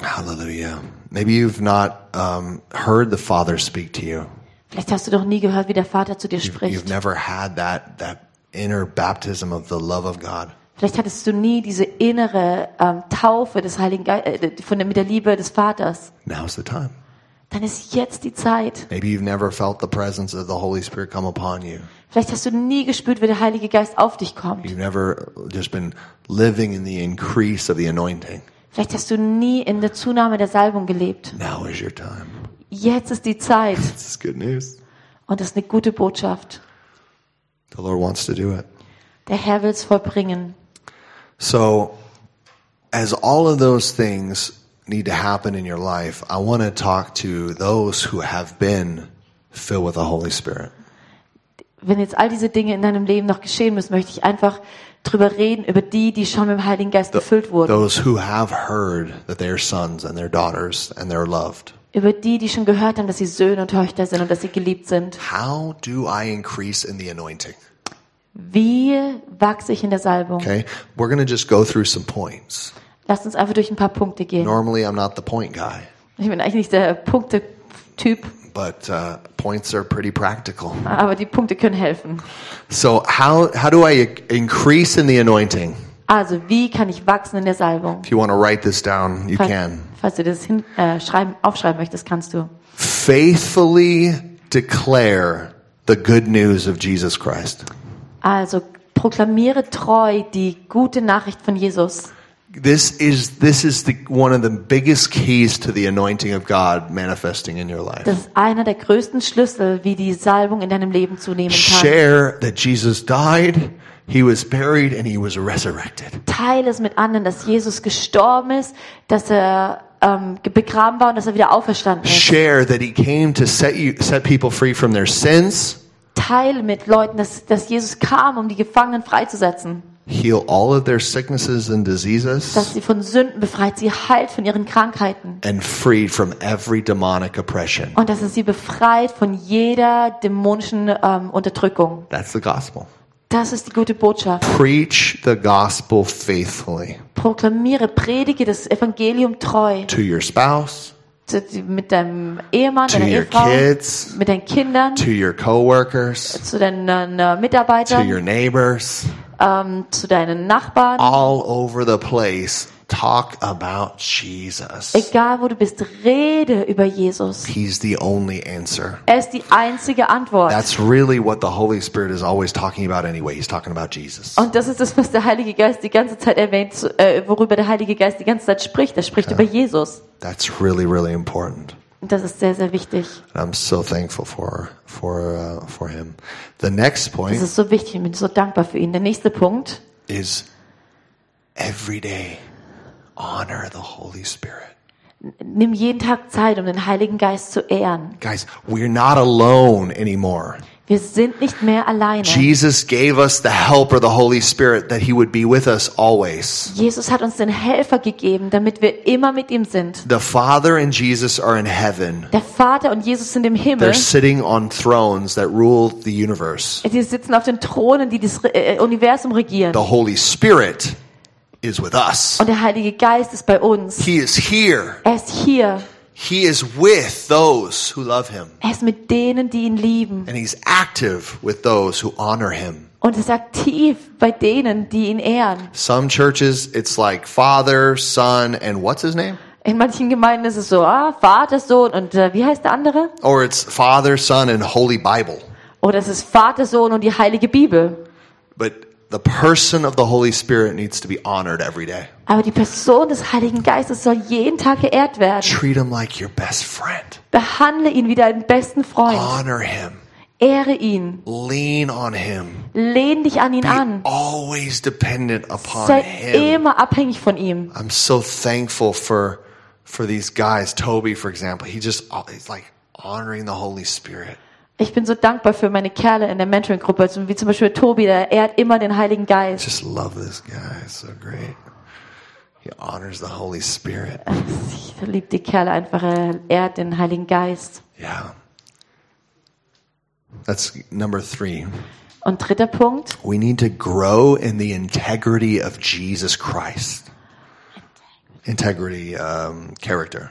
S1: Hallelujah. Maybe you've not um, heard the Father speak to you.
S2: Vielleicht hast du doch nie gehört, wie der Vater zu dir
S1: You've
S2: spricht.
S1: never had that that inner baptism of the love of God.
S2: Vielleicht hattest du nie diese innere ähm, Taufe des Heiligen Ge äh, von der, mit der Liebe des Vaters.
S1: Now's the time.
S2: Dann ist jetzt die Zeit.
S1: Maybe you've never felt the presence of the Holy Spirit come upon you.
S2: Vielleicht hast du nie gespürt, wie der Heilige Geist auf dich kommt.
S1: You've never just been living in the increase of the anointing.
S2: Vielleicht hast du nie in der Zunahme der Salbung gelebt.
S1: Now is your time.
S2: Jetzt ist die Zeit.
S1: This is good news.
S2: Und das ist eine gute Botschaft.
S1: The Lord wants to do it.
S2: Der Herr will es vollbringen.
S1: So, as all of those things need to happen in your life, I want to talk to those who have been filled with the Holy Spirit.
S2: Wenn jetzt all diese Dinge in deinem Leben noch geschehen müssen, möchte ich einfach drüber reden, über die, die schon mit dem Heiligen Geist gefüllt wurden.
S1: Those who have heard that they are sons and their daughters and they're loved.
S2: Über die, die schon gehört haben, dass sie Söhne und Töchter sind und dass sie geliebt sind.
S1: How do I increase in the anointing?
S2: Wie wachse ich in der Salbung?
S1: Okay. We're going to just go through some points.
S2: Lasst uns einfach durch ein paar Punkte gehen.
S1: Normally, I'm not the point guy,
S2: Ich bin eigentlich nicht der Punkte-Typ,
S1: but uh, points are pretty practical.
S2: aber die Punkte können helfen.
S1: So, how, how do I increase in the anointing?
S2: Also, wie kann ich wachsen in der Salbung?
S1: If you want to write this down, you
S2: Falls,
S1: can.
S2: falls du das hin, äh, schreiben, aufschreiben möchtest, kannst du.
S1: faithfully declare the good news of Jesus Christ.
S2: Also, proklamiere treu die gute Nachricht von Jesus.
S1: This is this is the one of the biggest keys to the anointing of God manifesting in your life.
S2: Das ist einer der größten Schlüssel, wie die Salbung in deinem Leben zunehmen kann.
S1: Share that Jesus died, he was buried and he was resurrected.
S2: Teile es mit anderen, dass Jesus gestorben ist, dass er ähm, ge- begraben war und dass er wieder auferstanden ist.
S1: Share that he came to set you set people free from their sins,
S2: Teile mit Leuten, dass, dass Jesus kam, um die Gefangenen freizusetzen.
S1: heal all of their sicknesses and
S2: Dass
S1: diseases
S2: sie von Sünden befreit, sie heilt von ihren Krankheiten.
S1: and freed from every demonic oppression.
S2: Und dass es sie befreit von jeder dämonischen ähm, Unterdrückung.
S1: That's the gospel.
S2: Das ist die gute Botschaft.
S1: Preach the gospel faithfully
S2: Proklamiere, predige das Evangelium treu.
S1: to your spouse,
S2: Zu- zu- Mit deinem Ehemann,
S1: to
S2: deiner
S1: your
S2: Ehefrau,
S1: kids,
S2: mit deinen Kindern,
S1: to your coworkers,
S2: zu deinen äh,
S1: to
S2: Mitarbeitern,
S1: your neighbors,
S2: ähm, zu deinen Nachbarn.
S1: all over the place. Talk about Jesus.
S2: Egal wo du bist, rede über Jesus.
S1: He's the only answer.
S2: Er ist die einzige Antwort.
S1: That's really what the Holy Spirit is always talking about anyway. He's talking about Jesus.
S2: Und das ist das, was der Heilige Geist die ganze Zeit erwähnt, so- äh, worüber der Heilige Geist die ganze Zeit spricht. Er spricht über Jesus.
S1: That's really, really important.
S2: Und das ist sehr, sehr wichtig.
S1: And I'm so thankful for for uh, for him. The next
S2: Das
S1: point
S2: ist so wichtig. Ich bin so dankbar für ihn. Der nächste Punkt.
S1: is every day honor the Holy Spirit.
S2: Nimm jeden Tag Zeit, um den Heiligen Geist zu ehren.
S1: Guys, we're not alone anymore.
S2: Wir sind nicht mehr alleine.
S1: Jesus gave us the helper, the Holy Spirit, that he would be with us always.
S2: Jesus hat uns den Helfer gegeben, damit wir immer mit ihm sind.
S1: The Father and Jesus are in heaven.
S2: Der Vater und Jesus sind im Himmel.
S1: They're sitting on thrones that rule the universe.
S2: Die sitzen auf den Thronen, die das äh, Universum regieren.
S1: The Holy Spirit is with us.
S2: Und der Heilige Geist ist bei uns.
S1: He is here.
S2: Er ist hier.
S1: He is with those who love him.
S2: Er ist mit denen, die ihn lieben.
S1: And he's active with those who honor him.
S2: Und ist aktiv bei denen, die ihn ehren.
S1: Some churches, it's like Father, Son, and what's his name?
S2: In manchen Gemeinden ist es so, ah, Vater, Sohn und äh, wie heißt der andere?
S1: Or it's Father, Son, and Holy Bible.
S2: Oder es ist Vater, Sohn und die Heilige Bibel.
S1: But the person of the Holy Spirit needs to be honored every day.
S2: Aber die Person des Heiligen Geistes soll jeden Tag geehrt werden.
S1: Treat him like your best friend.
S2: Behandle ihn wie deinen besten Freund.
S1: Honor him.
S2: Ehre ihn.
S1: Lean on him.
S2: Lehn dich an ihn
S1: Be Oh,
S2: an.
S1: always dependent upon
S2: Sei
S1: him.
S2: immer abhängig von ihm.
S1: I'm so thankful for for these guys. Toby, for example, he just uh, he's like honoring the Holy Spirit.
S2: Ich bin so dankbar für meine Kerle in der Mentoring-Gruppe, zum- wie zum Beispiel Tobi, der ehrt immer den Heiligen Geist.
S1: Just love this guy. It's so great. He honors the Holy Spirit.
S2: Ich liebe die Kerle einfach, er ehrt den Heiligen Geist.
S1: Yeah. That's number three.
S2: Und dritter Punkt,
S1: We need to grow in the integrity of Jesus Christ. Integrity, um, character.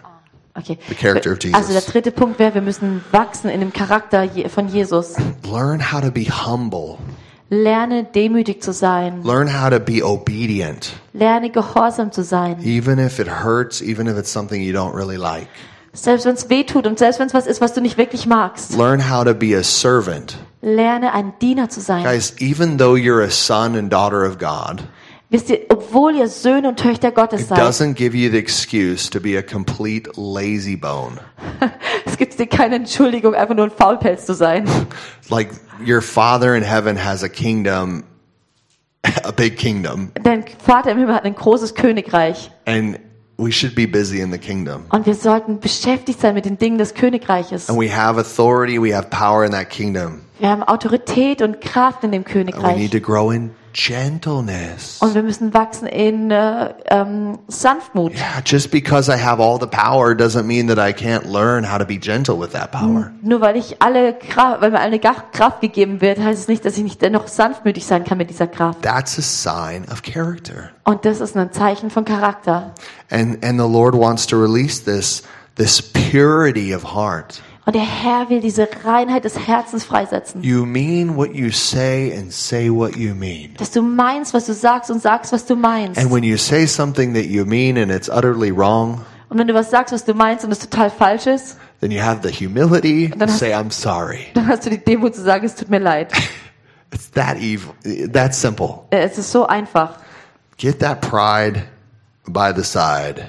S2: okay.
S1: character of Jesus.
S2: Also der dritte Punkt wäre, wir müssen wachsen in dem Charakter je- von Jesus.
S1: Learn how to be humble.
S2: Lerne demütig zu sein,
S1: Learn how to be obedient,
S2: lerne gehorsam zu sein.
S1: even if it hurts, even if it's something you don't really like.
S2: Selbst wenn es weh tut und selbst wenn es was ist, was du nicht wirklich magst,
S1: Learn how to be a servant.
S2: lerne ein Diener zu sein.
S1: Guys, even though you're a son and daughter of God,
S2: Wisst ihr, obwohl ihr Söhne und Töchter Gottes
S1: it
S2: seid,
S1: doesn't give you the excuse to be a complete lazy bone.
S2: es gibt dir keine Entschuldigung, einfach nur ein Faulpelz zu sein.
S1: Like your father in heaven has a kingdom, a big kingdom,
S2: Dein Vater im Himmel hat ein großes Königreich
S1: and we should be busy in the kingdom.
S2: und wir sollten beschäftigt sein mit den Dingen des Königreiches.
S1: And we have authority, we have power in that kingdom.
S2: Wir haben Autorität und Kraft in dem
S1: And we need
S2: Königreich
S1: to grow in gentleness.
S2: und wir müssen wachsen in äh, ähm, Sanftmut.
S1: Yeah, just because I have all the power doesn't mean that I can't learn how to be gentle with that power.
S2: Nur weil ich alle Kraft, weil mir alle Ga- Kraft gegeben wird, heißt es nicht, dass ich nicht dennoch sanftmütig sein kann mit dieser Kraft.
S1: That's a sign of character.
S2: Und das ist ein Zeichen von Charakter.
S1: And and the Lord wants to release this this purity of heart.
S2: Und der Herr will diese Reinheit des Herzens freisetzen.
S1: You mean what you say and say what you mean.
S2: Dass du meinst, was du sagst und sagst, was du meinst.
S1: And when you say something that you mean and it's utterly wrong,
S2: Und wenn du was sagst, was du meinst und es total falsch ist,
S1: then you have the humility to
S2: Dann hast-
S1: say I'm sorry.
S2: dann hast du die Demo zu sagen, es tut mir leid.
S1: It's that evil. That simple.
S2: Äh, Es ist so einfach.
S1: Get that pride by the side.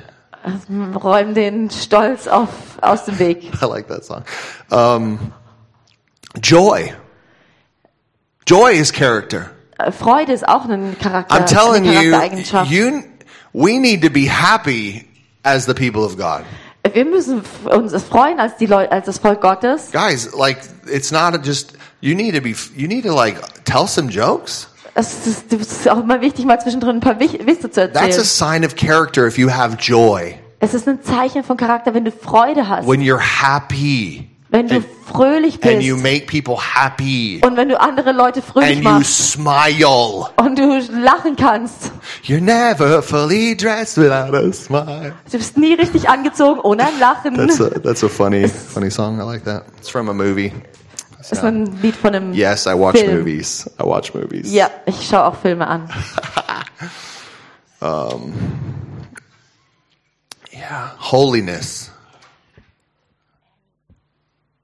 S2: Räum den Stolz auf, aus dem Weg.
S1: I like that song. Um, joy. Joy is character.
S2: Äh, Freude ist auch ein Charakter,
S1: I'm telling
S2: eine
S1: you,
S2: Charaktereigenschaft.
S1: you, we need to be happy as the people of God.
S2: Wir müssen f- uns freuen als die Leute, als das Volk Gottes.
S1: Guys, like, it's not just, you need to be, you need to like, tell some jokes.
S2: Es ist, es ist auch immer wichtig, mal zwischendrin ein paar Wich- Witze zu
S1: That's a
S2: erzählen.
S1: sign of character if you have joy.
S2: Es ist ein Zeichen von Charakter, wenn du Freude hast,
S1: When you're happy
S2: wenn du
S1: and-
S2: fröhlich
S1: and you
S2: bist
S1: make people happy
S2: und wenn du andere Leute fröhlich
S1: and you
S2: machst
S1: smile.
S2: und du lachen kannst.
S1: You're never fully dressed without a smile.
S2: Du bist nie richtig angezogen ohne ein Lachen.
S1: That's a, that's a funny, funny song. I like that. It's from a movie.
S2: Das ist ein Lied von einem.
S1: Yes, I watch
S2: Film.
S1: movies. I watch movies.
S2: Ja, ich schaue auch Filme an.
S1: Yeah. Holiness.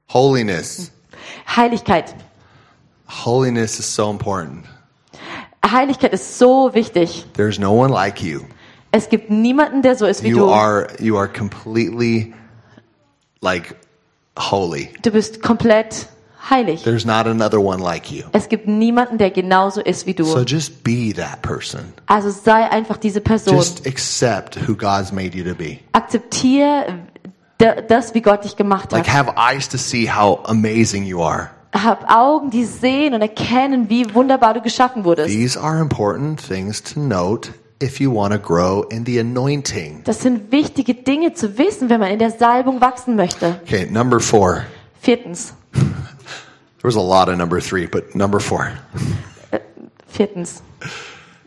S1: Holiness.
S2: Heiligkeit.
S1: Holiness is so important.
S2: Heiligkeit ist so wichtig.
S1: There's no one like you.
S2: Es gibt niemanden, der so ist wie
S1: You
S2: du.
S1: are you are completely like holy.
S2: Du bist komplett heilig.
S1: There's not another one like you.
S2: Es gibt niemanden, der genauso ist wie du.
S1: So just be that person.
S2: also sei einfach diese Person.
S1: Just accept who God's made you to be.
S2: Akzeptiere d- das, wie Gott dich gemacht
S1: Like
S2: hat.
S1: have eyes to see how amazing you are.
S2: Hab Augen, die sehen und erkennen, wie wunderbar du geschaffen wurdest.
S1: These are important things to note if you want to grow in the anointing.
S2: Das sind wichtige Dinge zu wissen, wenn man in der Salbung wachsen möchte.
S1: Okay, number 4. There
S2: Viertens.
S1: was a lot of number 3, but number 4.
S2: Viertens.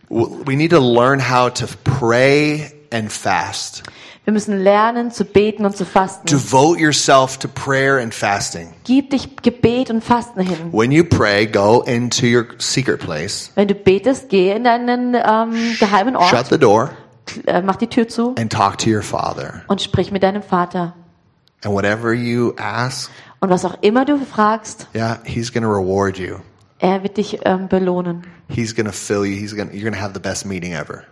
S1: W- We need to learn how to pray and fast.
S2: Wir müssen lernen zu beten und zu fasten.
S1: Devote yourself to prayer and fasting.
S2: Gib dich Gebet und Fasten hin.
S1: When you pray, go into your secret place,
S2: Wenn du betest, geh in deinen ähm, geheimen
S1: shut
S2: Ort,
S1: the door,
S2: äh, mach die Tür zu
S1: and talk to your Father.
S2: und sprich mit deinem Vater.
S1: And whatever you ask,
S2: Und was auch immer du fragst,
S1: yeah, He's going to reward you.
S2: er wird dich ähm, belohnen.
S1: He's going to fill you. He's going. You're going to have the best meeting ever.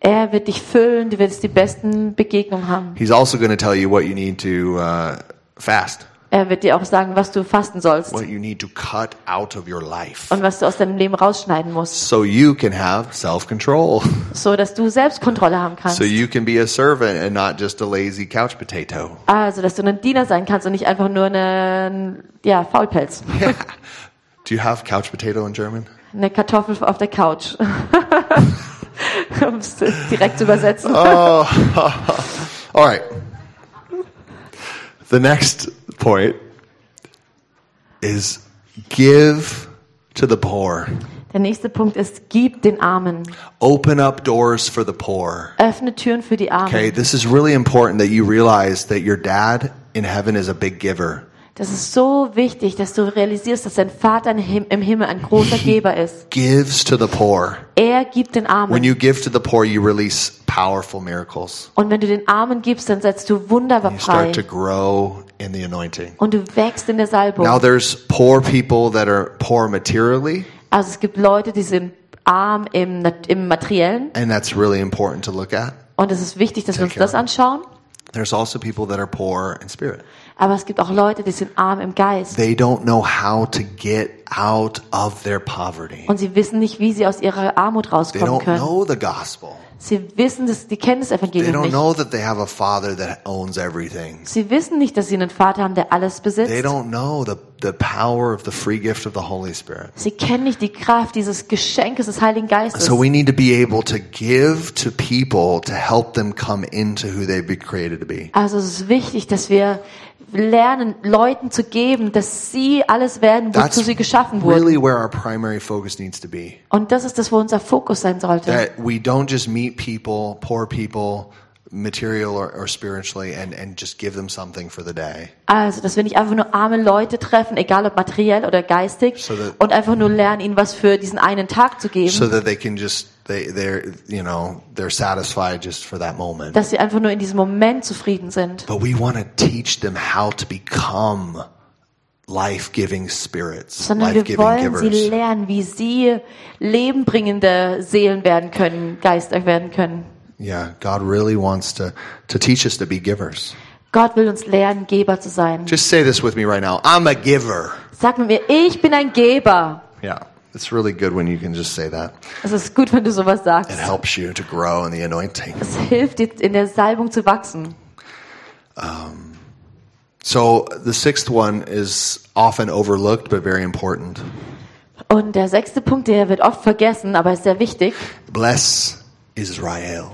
S2: Er wird dich füllen, du wirst die besten Begegnungen haben.
S1: He's also going to tell you what you need to uh, fast,
S2: Er wird dir auch sagen, was du fasten sollst
S1: what you need to cut out of your life,
S2: und was du aus deinem Leben rausschneiden musst,
S1: so you can have self-control,
S2: so dass du Selbstkontrolle haben kannst.
S1: so you can be a servant and not just a lazy couch potato.
S2: Also, dass du ein Diener sein kannst und nicht einfach nur ein ja, Faulpelz,
S1: Do you have couch potato in German?
S2: eine Kartoffel auf der Couch. um es direkt zu übersetzen.
S1: Ah. Oh. All right. The next point is give to the poor.
S2: Der nächste Punkt ist, gib den Armen.
S1: Open up doors for the poor.
S2: Öffne Türen für die Armen.
S1: Okay, this is really important that you realize that your dad in heaven is a big giver.
S2: Das ist so wichtig, dass du realisierst, dass dein Vater im Him- im Himmel ein großer Geber ist.
S1: Gives to the poor.
S2: Er gibt den
S1: When
S2: Armen.
S1: you give to the poor, you release powerful miracles.
S2: Und wenn du den Armen gibst, dann setzt du wunderbar
S1: You
S2: frei.
S1: start to grow in the anointing.
S2: Und du wächst in der Salbung.
S1: Now there's poor people that are poor materially,
S2: Also es gibt Leute, die sind arm im, Nat- im Materiellen.
S1: and that's really important to look at.
S2: Und es ist wichtig, dass wir uns
S1: care.
S2: das anschauen.
S1: There's also people that are poor in spirit.
S2: Aber es gibt auch Leute, die sind arm im Geist.
S1: They don't know how to get out of their poverty.
S2: Und sie wissen nicht, wie sie aus ihrer Armut
S1: They
S2: rauskommen
S1: don't
S2: können.
S1: know the gospel.
S2: Sie wissen, dass die kennen das
S1: They
S2: Evangelium
S1: don't
S2: nicht.
S1: know that they have a father that owns everything.
S2: Sie wissen nicht, dass sie einen Vater haben, der alles
S1: They
S2: besitzt.
S1: don't know the, the power of the free gift of the Holy Spirit.
S2: Sie kennen nicht die Kraft dieses Geschenkes des Heiligen Geistes.
S1: So we need to be able to give to people to help them come into who they've been created to be.
S2: Also es ist wichtig, dass wir lernen, Leuten zu geben, dass sie alles werden, wozu
S1: That's
S2: sie geschaffen wurden.
S1: really where our primary focus needs to be.
S2: Und das ist das, wo unser Fokus sein sollte.
S1: that we don't just meet people, poor people, material or, or spiritually, and, and just give them something for the day.
S2: also, dass wir nicht einfach nur arme Leute treffen, egal ob materiell oder geistig,
S1: So that-
S2: und einfach nur lernen, ihnen was für diesen einen Tag zu geben,
S1: So that they can just they they're you know they're satisfied just for that moment.
S2: dass sie einfach nur in diesem Moment zufrieden sind.
S1: But we want to teach them how to become life-giving spirits,
S2: Sondern wir
S1: life-giving
S2: wollen sie
S1: givers.
S2: lernen, wie sie lebenbringende Seelen werden können, Geister werden können.
S1: Yeah, God really wants to, to teach us to be givers.
S2: Gott will uns lernen, Geber zu sein.
S1: Just say this with me right now. I'm a giver.
S2: Sag mit mir, ich bin ein Geber.
S1: Yeah. It's really good when you can just say that.
S2: Es ist gut, wenn du sowas sagst.
S1: It helps you to grow in the anointing.
S2: Es hilft dir, in der Salbung zu wachsen.
S1: So the sixth one is often overlooked but very important.
S2: Und der sechste Punkt, der wird oft vergessen, aber ist sehr wichtig.
S1: Bless Israel.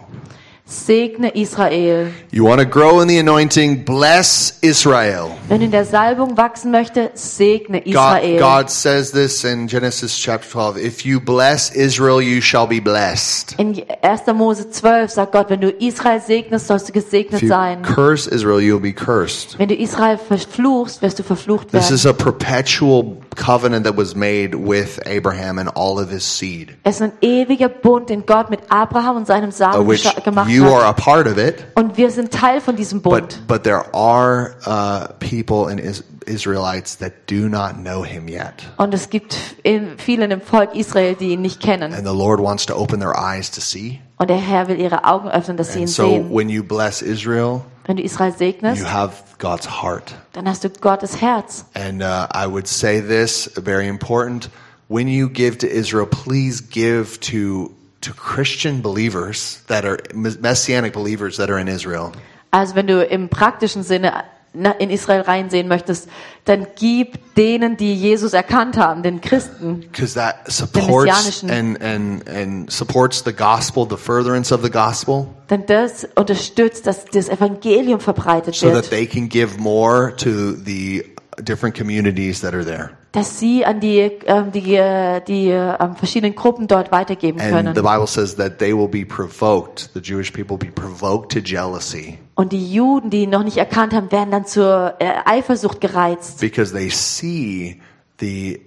S2: Segne Israel.
S1: You want to grow in the anointing, bless Israel.
S2: Wenn du in der Salbung wachsen möchtest, segne
S1: God,
S2: Israel.
S1: God says this in Genesis chapter 12. If you bless Israel, you shall be blessed.
S2: In 1. Mose 12 sagt Gott, wenn du Israel segnest, sollst du
S1: If
S2: gesegnet
S1: you
S2: sein.
S1: curse Israel, you'll be cursed.
S2: Wenn du Israel verfluchst, wirst du verflucht
S1: This
S2: werden.
S1: is a perpetual covenant that was made with Abraham and all of his seed,
S2: Es ist ein ewiger Bund, den Gott mit Abraham und seinem
S1: of
S2: Samen
S1: uh, which
S2: gescha- gemacht
S1: you are
S2: hat.
S1: a part of it.
S2: Und wir sind Teil von diesem
S1: But
S2: Bund.
S1: but there are uh, people in is- Israelites that do not know him yet,
S2: Und es gibt in- viele im Volk Israel, die ihn nicht kennen.
S1: and the Lord wants to open their eyes to see.
S2: Und der Herr will ihre Augen öffnen, dass sie ihn
S1: And so
S2: sehen.
S1: when you bless Israel,
S2: Wenn du Israel
S1: you
S2: segnest,
S1: have God's heart.
S2: dann hast du Gottes Herz.
S1: And uh, I would say this very important: when you give to Israel, please give to to Christian believers that are messianic believers that are in Israel.
S2: Also wenn du im praktischen Sinne na- in Israel reinsehen möchtest, dann gib denen, die Jesus erkannt haben, den Christen.
S1: because that supports
S2: messianischen-
S1: and, and, and supports the gospel, the furtherance of the gospel,
S2: Denn das unterstützt, dass das Evangelium verbreitet
S1: so that
S2: wird,
S1: they can give more to the different communities that are there.
S2: dass sie an die, ähm, die, äh, die ähm, verschiedenen Gruppen dort weitergeben
S1: And the
S2: können.
S1: Bible says that they will be provoked, the Jewish people will be provoked to jealousy
S2: Und die Juden, die ihn noch nicht erkannt haben, werden dann zur äh, Eifersucht gereizt,
S1: because they see the,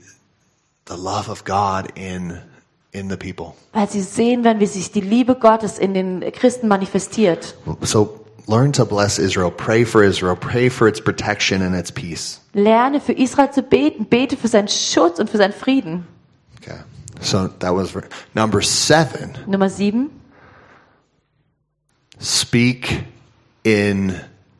S1: the love of God in, in the people.
S2: weil sie sehen werden, wie sich die Liebe Gottes in den Christen manifestiert.
S1: So learn to bless Israel, pray for Israel, pray for its protection and its peace.
S2: Lerne für Israel zu beten, bete für seinen Schutz und für seinen Frieden.
S1: Okay. So that was ver- number seven.
S2: Nummer sieben.
S1: Speak in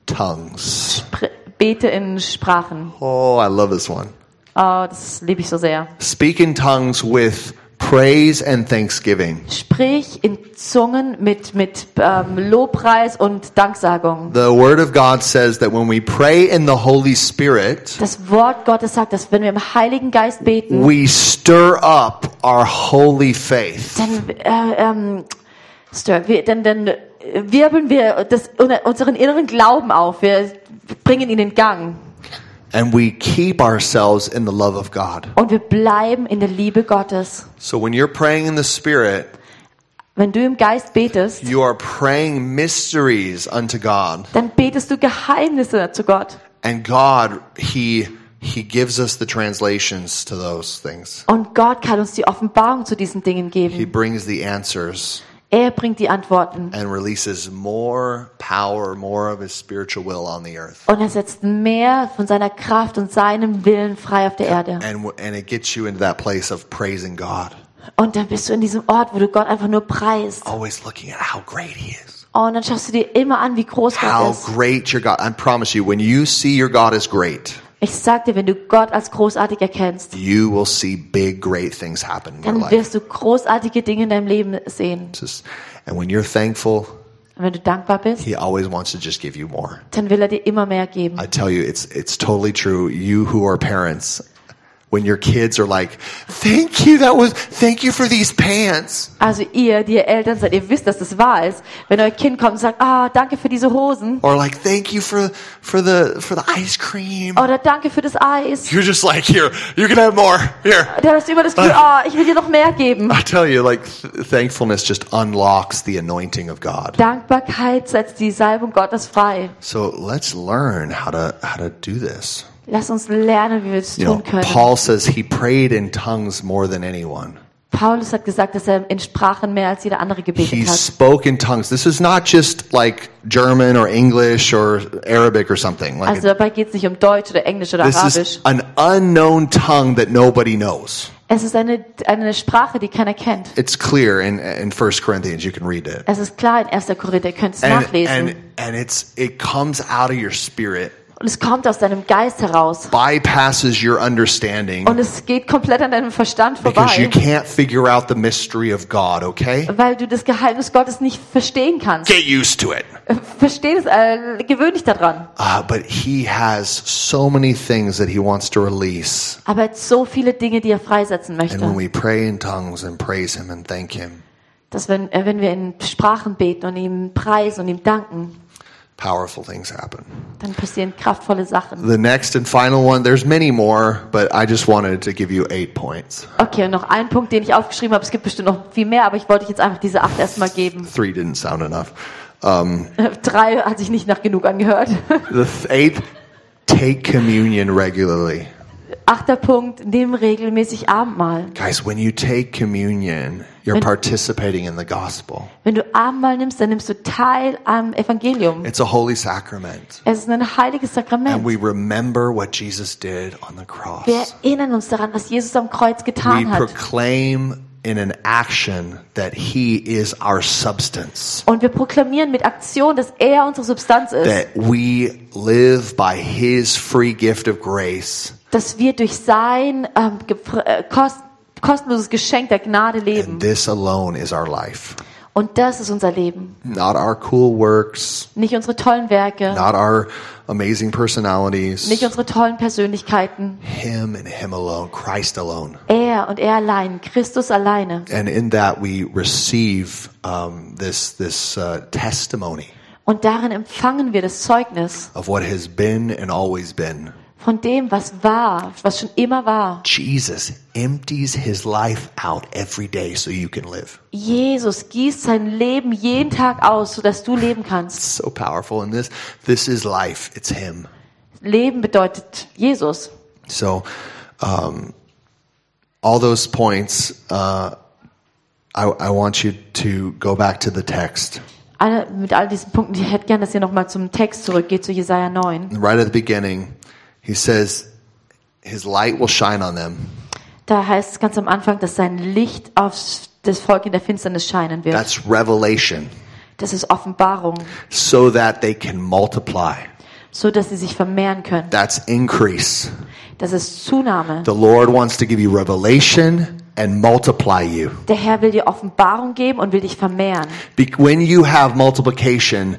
S1: tongues.
S2: Pre- bete in Sprachen.
S1: Oh, I love this one.
S2: Oh, das liebe ich so sehr.
S1: Speak in tongues with praise and thanksgiving.
S2: Sprich in Zungen mit, mit ähm, Lobpreis und Danksagung.
S1: The Word of God says that when we pray in the Holy Spirit,
S2: Das Wort Gottes sagt, dass wenn wir im Heiligen Geist beten,
S1: we stir up our holy faith.
S2: dann, äh, ähm, stir, wir, dann, dann wirbeln wir das, unseren inneren Glauben auf. Wir bringen ihn in Gang.
S1: And we keep ourselves in the love of God.
S2: Und wir bleiben in der Liebe Gottes.
S1: So when you're praying in the Spirit,
S2: Wenn du im Geist betest,
S1: you are praying mysteries unto God.
S2: dann betest du Geheimnisse zu Gott.
S1: And God, He, He gives us the translations to those things.
S2: Und Gott kann uns die Offenbarung zu diesen Dingen
S1: He
S2: geben.
S1: brings the answers
S2: Er bringt die Antworten.
S1: and releases more power, more of his spiritual will on the earth.
S2: Und er setzt mehr von seiner Kraft und seinem Willen frei auf der Erde.
S1: And, w- and it gets you into that place of praising God,
S2: Und dann bist du in diesem Ort, wo du Gott einfach nur preist. Oh,
S1: always looking at how great he is.
S2: Und dann schaust du dir immer an, wie groß Gott
S1: How
S2: ist.
S1: great your God. I promise you, when you see your God as great,
S2: Ich sag dir, wenn du Gott als großartig erkennst,
S1: you will see big, great things happen in your
S2: dann
S1: life.
S2: wirst du großartige Dinge in deinem Leben sehen.
S1: Just- And when you're thankful,
S2: Und wenn du dankbar bist,
S1: he always wants to just give you more.
S2: dann will er dir immer mehr geben.
S1: I tell you, it's, it's totally true. You who are parents, when your kids are like, thank you, that was, thank you for these pants.
S2: Also ihr, die ihr Eltern seid, ihr wisst, dass das wahr ist. Wenn euer Kind kommt und sagt, ah, danke für diese Hosen
S1: or like thank you for for the for the ice cream.
S2: oder Oh, danke für das Eis,
S1: You're just like here, you can have more here.
S2: dann hast du immer das Gefühl, ah, ich will dir noch mehr geben.
S1: I tell you, like th- thankfulness just unlocks the anointing of God.
S2: Dankbarkeit setzt die Salbung Gottes frei.
S1: So let's learn how to how to do this.
S2: Lass uns lernen, wie wir es
S1: You know,
S2: tun können.
S1: Paul says he prayed in tongues more than anyone.
S2: Paulus hat gesagt, dass er in Sprachen mehr als jeder andere
S1: He
S2: gebetet hat.
S1: spoke in tongues. This is not just like German or English or Arabic or something. Like
S2: Also dabei geht es nicht um Deutsch oder Englisch oder
S1: this is
S2: Arabisch.
S1: an unknown tongue that nobody knows.
S2: Es ist eine, eine Sprache, die keiner kennt.
S1: It's clear in, in 1 Corinthians. You can read it.
S2: Es ist klar in 1. Korinther, ihr könnt es
S1: And,
S2: nachlesen.
S1: and, and it's, it comes out of your spirit,
S2: und es kommt aus deinem Geist heraus.
S1: bypasses your understanding
S2: Und es geht komplett an deinem Verstand
S1: because you
S2: vorbei,
S1: can't figure out the mystery of God, okay?
S2: weil du das Geheimnis Gottes nicht verstehen kannst.
S1: Get used to it.
S2: Versteh es, äh, gewöhn dich daran.
S1: Uh, but he has so many things that he wants to release.
S2: Aber er hat so viele Dinge, die er freisetzen
S1: And when
S2: möchte,
S1: we pray in tongues and praise him and thank him,
S2: dass wenn, äh, wenn wir in Sprachen beten und ihm preisen und ihm danken,
S1: powerful things happen.
S2: dann passieren kraftvolle Sachen.
S1: The next and final one, there's many more, but I just wanted to give you eight points.
S2: Okay, und noch ein Punkt, den ich aufgeschrieben habe. Es gibt bestimmt noch viel mehr, aber ich wollte euch jetzt einfach diese acht erstmal geben.
S1: Three didn't sound enough. Um,
S2: Drei hat sich nicht nach genug angehört.
S1: the th- eighth, take communion regularly.
S2: Achter Punkt, nimm regelmäßig Abendmahl.
S1: Guys, when you take communion, you're participating in the gospel.
S2: Wenn du Abendmahl nimmst, dann nimmst du teil am Evangelium.
S1: It's a holy sacrament.
S2: Es ist ein heiliges
S1: And
S2: Sakrament.
S1: we remember what Jesus did on the cross.
S2: Wir erinnern uns daran, was Jesus am Kreuz
S1: we
S2: getan hat.
S1: proclaim in an action that he is our substance
S2: Und wir proklamieren mit Aktion, dass er unsere Substanz ist.
S1: that we live by his free gift of grace
S2: Dass wir durch sein ähm, gefr- äh, kost kostenloses Geschenk der Gnade leben.
S1: and this alone is our life
S2: Und das ist unser Leben.
S1: not our cool works
S2: Nicht unsere tollen Werke,
S1: not our amazing personalities
S2: nicht unsere tollen Persönlichkeiten.
S1: him and him alone christ alone
S2: Er und er allein, Christus alleine.
S1: and in that we receive um, this this uh, testimony
S2: Und darin empfangen wir das Zeugnis
S1: of what has been and always been
S2: von dem, was war, was schon immer war.
S1: jesus empties his life out every day so you can live
S2: Jesus gießt sein Leben jeden Tag aus, sodass du leben kannst.
S1: so powerful and this this is life it's him
S2: Leben bedeutet Jesus.
S1: so um, all those points uh, I, I want you to go back to the text
S2: Alle, mit all diesen Punkten, ich hätte gern, dass ihr nochmal zum Text zurückgeht, zu Jesaja 9.
S1: right at the beginning he says his light will shine on them
S2: Da heißt es ganz am Anfang, dass sein Licht auf das Volk in der Finsternis scheinen wird.
S1: that's revelation
S2: Das ist Offenbarung,
S1: so that they can multiply
S2: so dass sie sich vermehren können.
S1: that's increase
S2: Das ist Zunahme.
S1: the lord wants to give you revelation and multiply you
S2: Der Herr will dir Offenbarung geben und will dich vermehren.
S1: Be- when you have multiplication,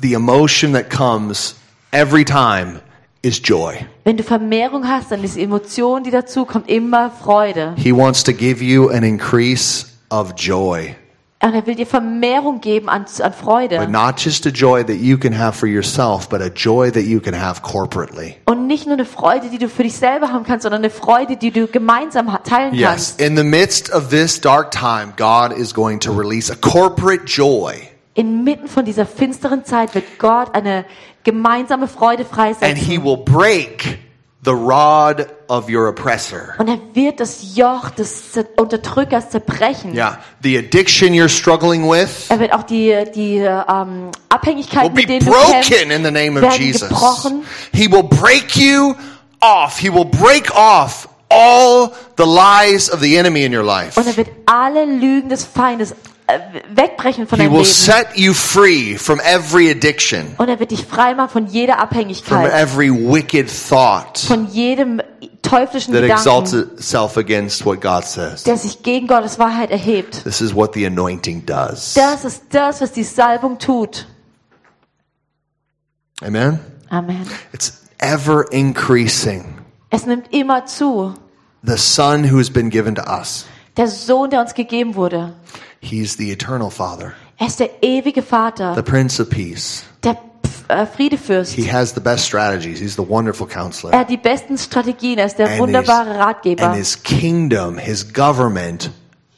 S1: the emotion that comes every time is joy.
S2: Wenn du Vermehrung hast, dann ist die Emotion, die dazu kommt, immer Freude.
S1: He wants to give you an increase of joy,
S2: Und er will dir Vermehrung geben an, an Freude.
S1: but not just a joy that you can have for yourself, but a joy that you can have corporately.
S2: Und nicht nur eine Freude, die du für dich selber haben kannst, sondern eine Freude, die du gemeinsam ha- teilen
S1: Yes.
S2: kannst.
S1: In the midst of this dark time, God is going to release a corporate joy.
S2: Inmitten von dieser finsteren Zeit wird Gott eine gemeinsame Freude
S1: And he
S2: freisetzen.
S1: will break the rod of your oppressor.
S2: Und er wird das Joch des Zer- Unterdrückers zerbrechen.
S1: Yeah. The addiction you're struggling with
S2: Er wird auch die, die
S1: will
S2: ähm, Abhängigkeit,
S1: be
S2: mit denen du kämpfst,
S1: broken in the name of
S2: werden
S1: Jesus.
S2: gebrochen.
S1: He will break you off. He will break off all the lies of the enemy in your life.
S2: Und er wird alle Lügen des Feindes äh, wegbrechen von
S1: He
S2: deinem
S1: will
S2: Leben.
S1: set you free from every addiction,
S2: Und er wird dich freimachen von jeder
S1: from
S2: Abhängigkeit,
S1: every wicked thought
S2: von jedem teuflischen
S1: that exalts
S2: Gedanken,
S1: itself against what God says.
S2: der sich gegen Gottes Wahrheit erhebt.
S1: This is what the anointing does.
S2: Das ist das, was die Salbung tut.
S1: Amen?
S2: Amen.
S1: It's ever increasing.
S2: Es nimmt immer zu.
S1: The Son who has been given to us,
S2: Der Sohn, der uns gegeben wurde.
S1: He's the eternal Father,
S2: Er ist der ewige
S1: the
S2: Vater,
S1: Prince of Peace.
S2: der Pf- äh, Friedefürst.
S1: He has the best strategies. He's the wonderful
S2: Er
S1: counselor.
S2: hat die besten Strategien, er ist der
S1: And his,
S2: wunderbare
S1: and
S2: Ratgeber.
S1: his kingdom, his government,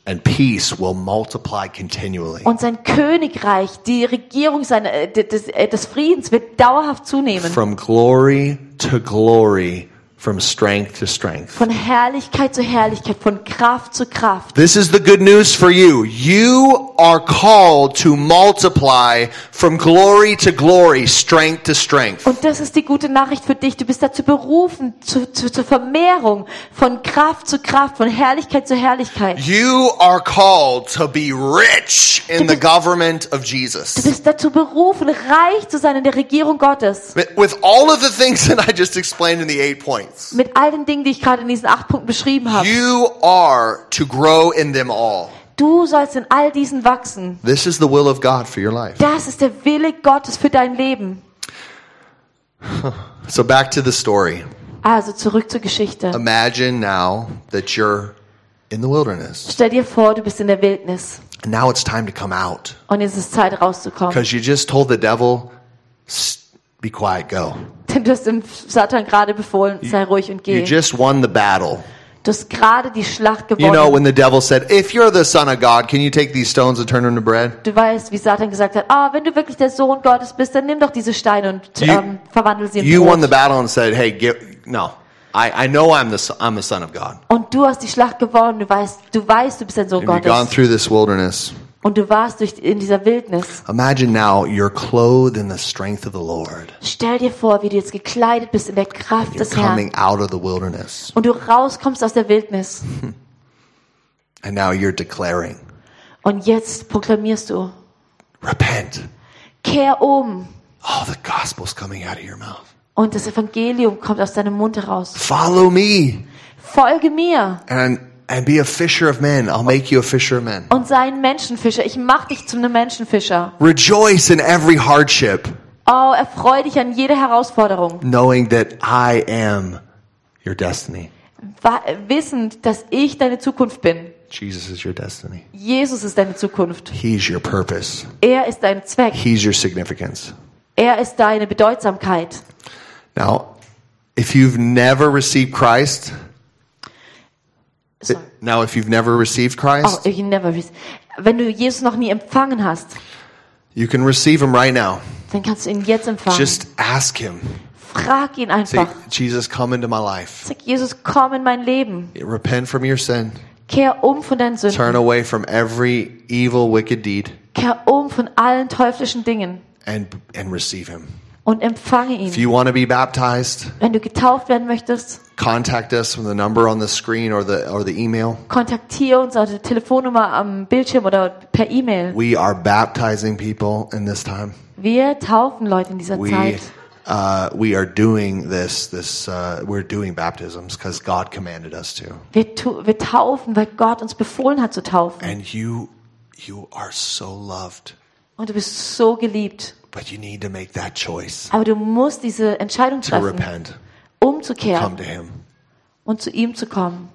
S1: and peace will multiply continually.
S2: Und sein Königreich, die Regierung seine, äh, des, äh, des Friedens wird dauerhaft zunehmen.
S1: From glory to glory, from strength to strength.
S2: von Herrlichkeit zu Herrlichkeit, von Kraft zu Kraft.
S1: This is the good news for you. You are called to multiply from glory to glory, strength to strength.
S2: Und das ist die gute Nachricht für dich. Du bist dazu berufen, zu, zu, zur Vermehrung, von Kraft zu Kraft, von Herrlichkeit zu Herrlichkeit.
S1: You are called to be rich in the government of Jesus.
S2: Du bist dazu berufen, reich zu sein in der Regierung Gottes.
S1: With with all of the things that I just explained in the eight points,
S2: Mit all den Dingen, die ich gerade in diesen acht Punkten beschrieben habe.
S1: you are to grow in them all.
S2: Du sollst in all diesen wachsen.
S1: This is the will of God for your life.
S2: Das ist der Wille Gottes für dein Leben.
S1: So back to the story.
S2: Also zurück zur
S1: Ähm,
S2: Geschichte.
S1: Imagine now that you're in the wilderness.
S2: Stell dir vor, du bist in der Wildnis
S1: And now it's time to come out.
S2: und jetzt ist Zeit rauszukommen.
S1: Because you just told the devil, "Psst, be quiet, go.
S2: Denn du hast dem Satan gerade befohlen, sei ruhig und
S1: You
S2: geh.
S1: just won the battle.
S2: Du hast gerade die Schlacht
S1: You know,
S2: gewonnen.
S1: when the devil said, if you're the son of God, can you take these stones and turn them to bread?
S2: Du weißt, wie Satan gesagt hat, ah, wenn du wirklich der Sohn Gottes bist, dann nimm doch diese Steine und
S1: You-
S2: ähm, verwandel sie in
S1: You won the
S2: Brot.
S1: battle and said, hey, get, no, I, I know I'm the, son- I'm the son of God.
S2: Und du hast die Schlacht gewonnen. Du weißt, du weißt, du bist ein Sohn
S1: And you've gone
S2: Gottes.
S1: through this wilderness.
S2: Und du warst durch, in dieser Wildnis.
S1: Imagine now you're clothed in the strength of the Lord.
S2: Stell dir vor, wie du jetzt gekleidet bist in der Kraft
S1: You're
S2: des Herrn.
S1: coming out of the wilderness.
S2: Und du rauskommst aus der Wildnis.
S1: And now you're declaring,
S2: Und jetzt proklamierst du,
S1: repent.
S2: kehr um.
S1: Oh, the gospel's coming out of your mouth.
S2: Und das Evangelium kommt aus deinem Mund heraus.
S1: Follow me.
S2: Folge mir
S1: and and be a fisher of men. I'll make you a fisher of men.
S2: und sei ein Menschenfischer. Ich mach dich zu einem Menschenfischer.
S1: Rejoice in every hardship,
S2: Oh, erfreue dich an jeder Herausforderung.
S1: knowing that I am your destiny.
S2: Wa- Wissend, dass ich deine Zukunft bin.
S1: Jesus is your destiny.
S2: Jesus ist deine Zukunft.
S1: He's your purpose.
S2: Er ist dein Zweck.
S1: He's your significance.
S2: Er ist deine Bedeutsamkeit.
S1: Now, if you've never received Christ, Äh,
S2: Sorry.
S1: now if you've never received
S2: Oh,
S1: Christ,
S2: you never re- Wenn du Jesus noch nie empfangen hast,
S1: you can receive him right now.
S2: dann kannst du ihn jetzt empfangen.
S1: Just ask him.
S2: Frag ihn
S1: Say,
S2: einfach.
S1: Jesus, come into my life.
S2: Sag, Jesus, komm in mein Leben.
S1: Repent from your sin.
S2: Kehr um von deinen Sünden.
S1: Turn away from every evil, wicked deed
S2: Kehr um von allen teuflischen Dingen
S1: and and receive him.
S2: und empfange
S1: If
S2: ihn.
S1: you want to be baptized,
S2: Wenn du getauft werden möchtest,
S1: contact us with the number on the screen or the or the email.
S2: kontaktiere uns auf die Telefonnummer am Bildschirm oder per E-Mail.
S1: We are baptizing people in this time.
S2: Wir taufen Leute in dieser
S1: We
S2: Zeit.
S1: uh, we are doing this this uh, we're doing baptisms because God commanded us to.
S2: Wir, tu, wir taufen, weil Gott uns befohlen hat zu taufen.
S1: And you you are so loved,
S2: Und du bist so geliebt.
S1: but you need to make that choice
S2: Aber du musst diese Entscheidung
S1: to
S2: treffen,
S1: repent, come
S2: umzukehren
S1: to Him.
S2: und zu ihm zu kommen.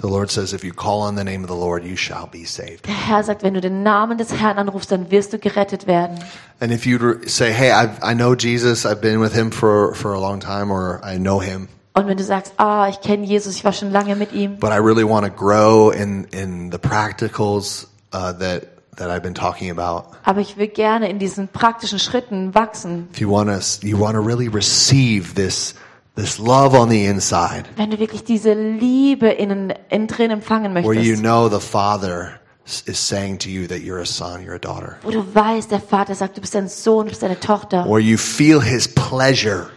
S1: The Lord says, if you call on the name of the Lord, you shall be saved.
S2: Der Herr sagt, wenn du den Namen des Herrn anrufst, dann wirst du gerettet werden.
S1: And if you re- say, hey, I've, I know Jesus, I've been with Him for for a long time, or I know Him.
S2: Und wenn du sagst, ah, ich kenne Jesus, ich war schon lange mit ihm,
S1: but I really want to grow in in the practicals uh, that that I've been talking about.
S2: aber ich will gerne in diesen praktischen Schritten wachsen.
S1: If you want to, you want to really receive this this love on the inside,
S2: Wenn du wirklich diese Liebe innen, innen drin empfangen
S1: where you
S2: möchtest,
S1: know the Father s- is saying to you that you're a son, you're a daughter,
S2: wo du weißt, der Vater sagt, du bist ein Sohn, du bist eine Tochter,
S1: or you feel His pleasure.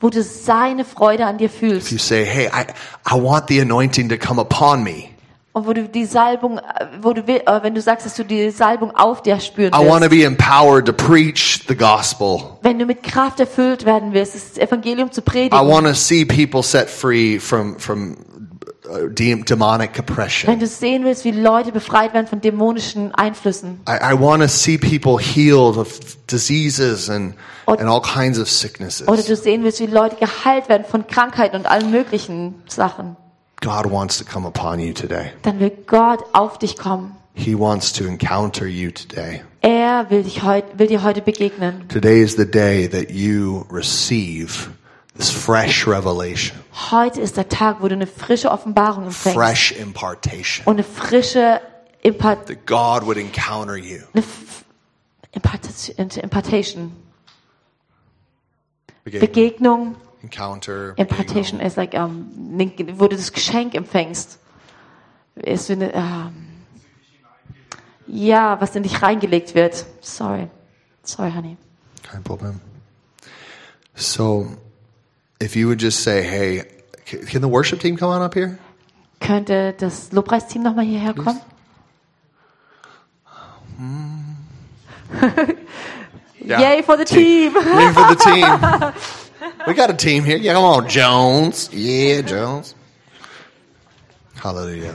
S2: wo du seine Freude an dir
S1: You
S2: fühlst
S1: say, "Hey, I I want the anointing to come upon me.
S2: und wo du die Salbung, äh, wo du, will- äh, wenn du sagst, dass du die Salbung auf dir spüren
S1: I want to
S2: willst,
S1: be empowered to preach the gospel."
S2: wenn du mit Kraft erfüllt werden wirst, das Evangelium zu
S1: I
S2: predigen,
S1: want to see people set free from from uh, de- demonic oppression.
S2: wenn du sehen willst, wie Leute befreit werden von dämonischen Einflüssen.
S1: I, I want to see people healed of diseases and,
S2: Od-
S1: and all kinds of
S2: Oder
S1: sicknesses.
S2: du sehen willst, wie Leute geheilt werden von Krankheiten und allen möglichen Sachen.
S1: God wants to come upon you today.
S2: Dann will Gott auf dich kommen.
S1: He wants to encounter you today.
S2: Er will, dich heut, will dir heute begegnen.
S1: Today is the day that you receive this fresh revelation,
S2: Heute ist der Tag, wo du eine frische Offenbarung empfängst.
S1: fresh impartation.
S2: Und eine frische Impart
S1: That God would encounter you
S2: eine F- Impartation, Impartation.
S1: Begin-
S2: Begegnung
S1: Encounter.
S2: Impartation
S1: Begegnung.
S2: ist like, ähm, ne- wo du das Geschenk empfängst. Ist wie eine, ähm, ja, was in dich reingelegt wird. Sorry. Sorry, honey.
S1: Kein Problem. So, if you would just say, hey, c- can the worship team come on up here?
S2: Könnte das Lobpreisteam nochmal hierher kommen?
S1: Yeah.
S2: Yay for the team!
S1: Yay for the team. we got a team here. Yeah, come on, Jones. Yeah, Jones. Hallelujah.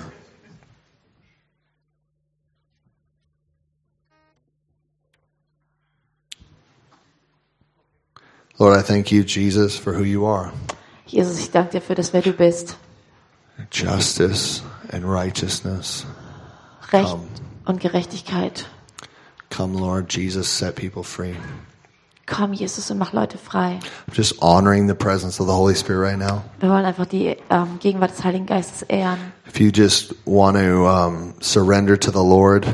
S1: Lord, I thank you, Jesus, for who you are.
S2: Jesus, ich danke dir für das, wer du bist.
S1: Justice and righteousness.
S2: Recht
S1: Komm.
S2: und Gerechtigkeit.
S1: Come, Lord Jesus, set people free. I'm
S2: Komm, Jesus, und mach Leute frei.
S1: just honoring the presence of the Holy Spirit right now.
S2: Wir wollen einfach die ähm, Gegenwart des Heiligen Geistes ehren.
S1: If you just want to um, surrender to the Lord,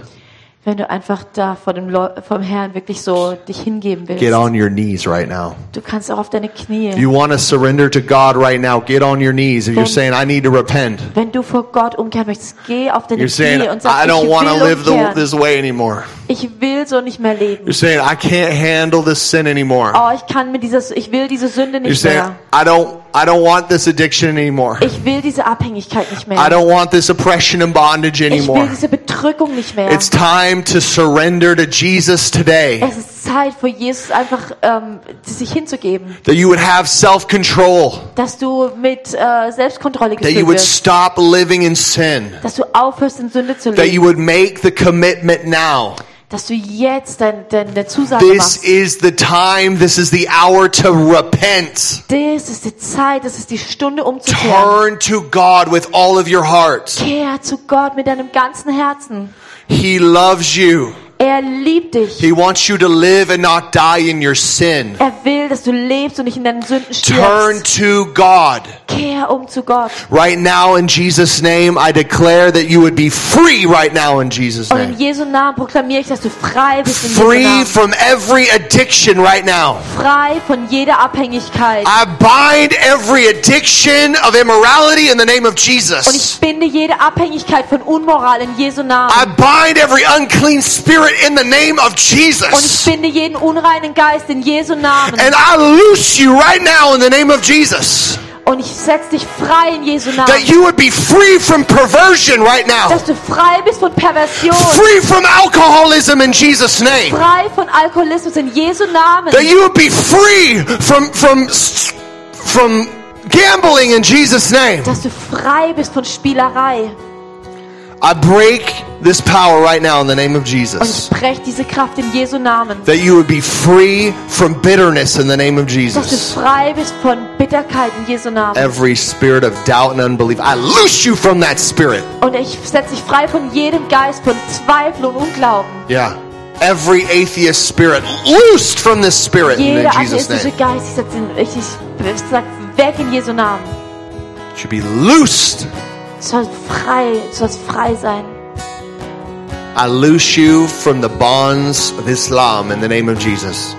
S2: Wenn du einfach da vor dem, Leu- vom Herrn wirklich so dich hingeben willst.
S1: get on your knees right now.
S2: Du kannst auch auf deine Knie.
S1: If Genau. you want to surrender to God right now, get on your knees. If you're
S2: Wenn-
S1: saying, I need to repent,
S2: Wenn du vor Gott umkehren möchtest, geh auf deine
S1: you're saying,
S2: Knie und sag,
S1: I don't
S2: ich
S1: want to
S2: will
S1: live the,
S2: umkehren.
S1: this way anymore.
S2: ich will so nicht mehr leben.
S1: You're saying, I can't handle this sin anymore.
S2: Oh, ich kann mit dieser, ich will diese Sünde
S1: You're
S2: nicht
S1: saying,
S2: mehr.
S1: I don't, I don't want this addiction anymore.
S2: Ich will diese Abhängigkeit nicht
S1: I
S2: mehr.
S1: don't want this oppression and bondage
S2: Ich will
S1: anymore.
S2: diese Bedrückung nicht mehr.
S1: It's time to surrender to Jesus today.
S2: Es ist Zeit für Jesus einfach ähm, sich hinzugeben,
S1: That you would have self-control.
S2: dass du mit äh, Selbstkontrolle
S1: That you
S2: geführt
S1: would
S2: wirst,
S1: stop living in sin.
S2: dass du aufhörst in Sünde zu
S1: That you
S2: leben,
S1: would make the commitment now.
S2: dass du jetzt dein, dein, deine Zusage
S1: This
S2: machst.
S1: is the time, this is the hour to repent.
S2: Das ist die Zeit, das ist die Stunde um
S1: Turn
S2: umzukehren.
S1: to God with all of your heart.
S2: Kehr zu Gott mit deinem ganzen Herzen.
S1: He loves you.
S2: Er liebt dich.
S1: He wants you to live and not die in your sin.
S2: Er will, dass du lebst und nicht in deinen Sünden
S1: Turn
S2: stirbst.
S1: to God.
S2: Kehr um zu Gott.
S1: Right now in Jesus' name, I declare that you would be free right now in Jesus'
S2: Und in
S1: name.
S2: Jesu Namen proklamiere ich, dass du frei bist in Jesu
S1: Free
S2: Namen.
S1: from every addiction right now.
S2: Frei von jeder Abhängigkeit.
S1: I bind every addiction of immorality in the name of
S2: Und
S1: Jesus.
S2: ich binde jede Abhängigkeit von Unmoral in Jesu
S1: I
S2: Namen.
S1: bind every unclean spirit in the name of
S2: Und ich
S1: Jesus.
S2: binde jeden unreinen Geist in Jesu Namen.
S1: And I loose you right now in the name of Jesus.
S2: Und ich setze dich frei in Jesu
S1: That
S2: Namen.
S1: you would be free from perversion right now.
S2: Dass du frei bist von Perversion.
S1: Free from alcoholism in Jesus' name.
S2: Frei von Alkoholismus in Jesu Namen.
S1: That you would be free from from from gambling in Jesus' name.
S2: Dass du frei bist von Spielerei.
S1: I break this power right now in the name of
S2: Und ich
S1: Jesus.
S2: breche diese Kraft in Jesu Namen.
S1: That you would be free from bitterness in the name of
S2: Dass du
S1: Jesus.
S2: frei bist von Bitterkeit in Jesu Namen.
S1: Every spirit of doubt and unbelief, I loose you from that spirit.
S2: Und ich setze dich frei von jedem Geist von Zweifel und Unglauben.
S1: Yeah. Every atheist spirit loosed from this spirit in
S2: Jeder
S1: Jesus'
S2: atheistische
S1: name.
S2: Geist, ich setze ihn, ich, ich, ich sag weg in Jesu Namen.
S1: Should be loosed.
S2: Du sollst frei, du sollst frei sein.
S1: I loose you from the bonds of Islam in the name of Jesus.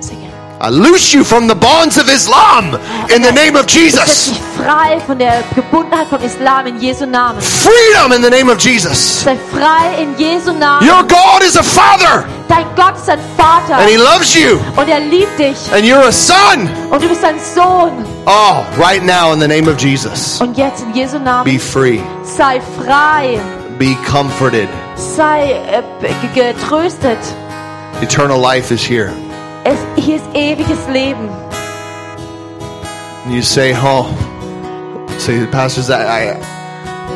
S2: Singen.
S1: I loose you from the bonds of Islam in the name of
S2: Ich setze
S1: Jesus.
S2: dich frei von der Gebundenheit vom Islam in Jesu Namen.
S1: Freedom in the name of Jesus.
S2: Sei frei in Jesu Namen.
S1: Your God is a father
S2: Dein Gott ist ein Vater
S1: and he loves you
S2: und er liebt dich
S1: and you're a son.
S2: und du bist ein Sohn.
S1: Oh, right now in the name of Jesus.
S2: Und jetzt in Jesu Namen
S1: Be free.
S2: sei frei,
S1: Be comforted.
S2: sei äh, ge- getröstet.
S1: Eternal life is here.
S2: Es, hier ist ewiges Leben.
S1: And you say, "Oh, say, pastors, I,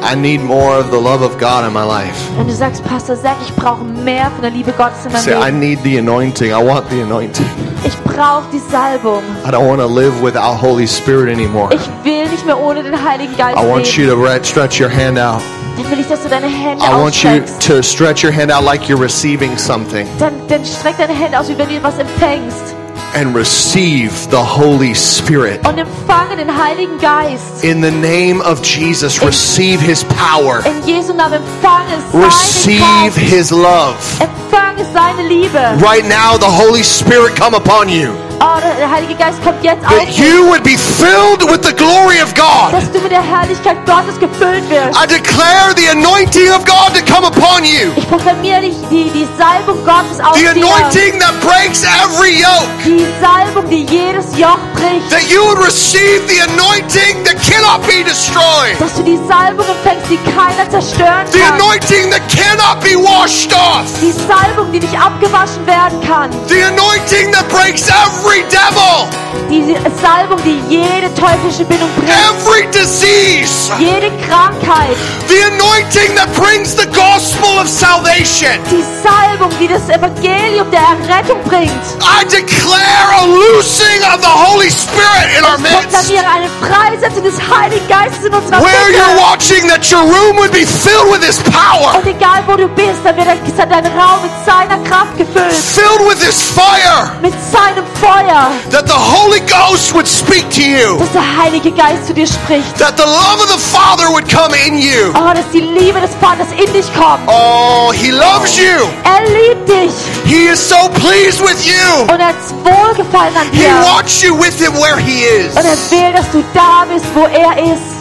S1: I, I need more of the love of God in my life."
S2: Wenn du sagst, Pastor Zack, ich brauche mehr von der Liebe Gottes in meinem
S1: Say, "I
S2: Leben.
S1: need the anointing. I want the anointing.
S2: Ich brauche die Salbung.
S1: I don't want to live without Holy Spirit anymore.
S2: Ich will nicht mehr ohne den Heiligen Geist
S1: I want you
S2: leben.
S1: to re- stretch your hand out.
S2: Dann will ich, dass du deine Hände
S1: I want you
S2: ausstreckst.
S1: to stretch your hand out like you're receiving something
S2: Dann, dann streck deine Hände aus, wie wenn du was empfängst.
S1: and receive the Holy Spirit."
S2: Und empfange den Heiligen Geist.
S1: In the name of Jesus, receive His power.
S2: In Jesu Namen empfange seine
S1: Receive
S2: Kraft.
S1: His love.
S2: Empfange seine Liebe.
S1: Right now, the Holy Spirit come upon you.
S2: Oh, der Heilige Geist kommt jetzt auf,
S1: that
S2: dich,
S1: you would be filled with the glory of God.
S2: dass du mit der Herrlichkeit Gottes gefüllt wirst.
S1: I declare the anointing of God to come upon you.
S2: Ich proklamiere dich die, die Salbung Gottes auf
S1: The
S2: dir.
S1: anointing that breaks every yoke.
S2: Die Salbung, die jedes Joch bricht.
S1: That you would receive the anointing that cannot be destroyed.
S2: Dass du die Salbung empfängst, die keiner zerstören
S1: The
S2: kann.
S1: anointing that cannot be washed off.
S2: Die Salbung, die nicht abgewaschen werden kann.
S1: The anointing that breaks every devil,
S2: Die Salbung, die jede teuflische Bindung bricht.
S1: every disease.
S2: Jede Krankheit.
S1: The anointing that brings the gospel of salvation.
S2: Die Salbung, die das Evangelium der Errettung bringt.
S1: I declare a loosing of the Holy Spirit in our midst.
S2: Proklamiere eine Freisetzung des Heiligen Geistes in unserer
S1: Where
S2: Mitte.
S1: you're watching, that your room would be filled with His power,
S2: Und egal wo du bist, dann wird dein- dein Raum mit seiner Kraft gefüllt.
S1: filled with His fire,
S2: Mit seinem Feuer.
S1: that the Holy Ghost would speak to you,
S2: Dass der Heilige Geist zu dir spricht.
S1: that the love of the Father would come in you.
S2: Oh, dass die Liebe des Vaters in dich kommt.
S1: Oh, He loves you.
S2: Er liebt dich.
S1: He is so pleased with you.
S2: Und er hat Wohlgefallen an
S1: He
S2: dir.
S1: wants you with Him where He
S2: Und er
S1: is.
S2: will, dass du da bist, wo er ist.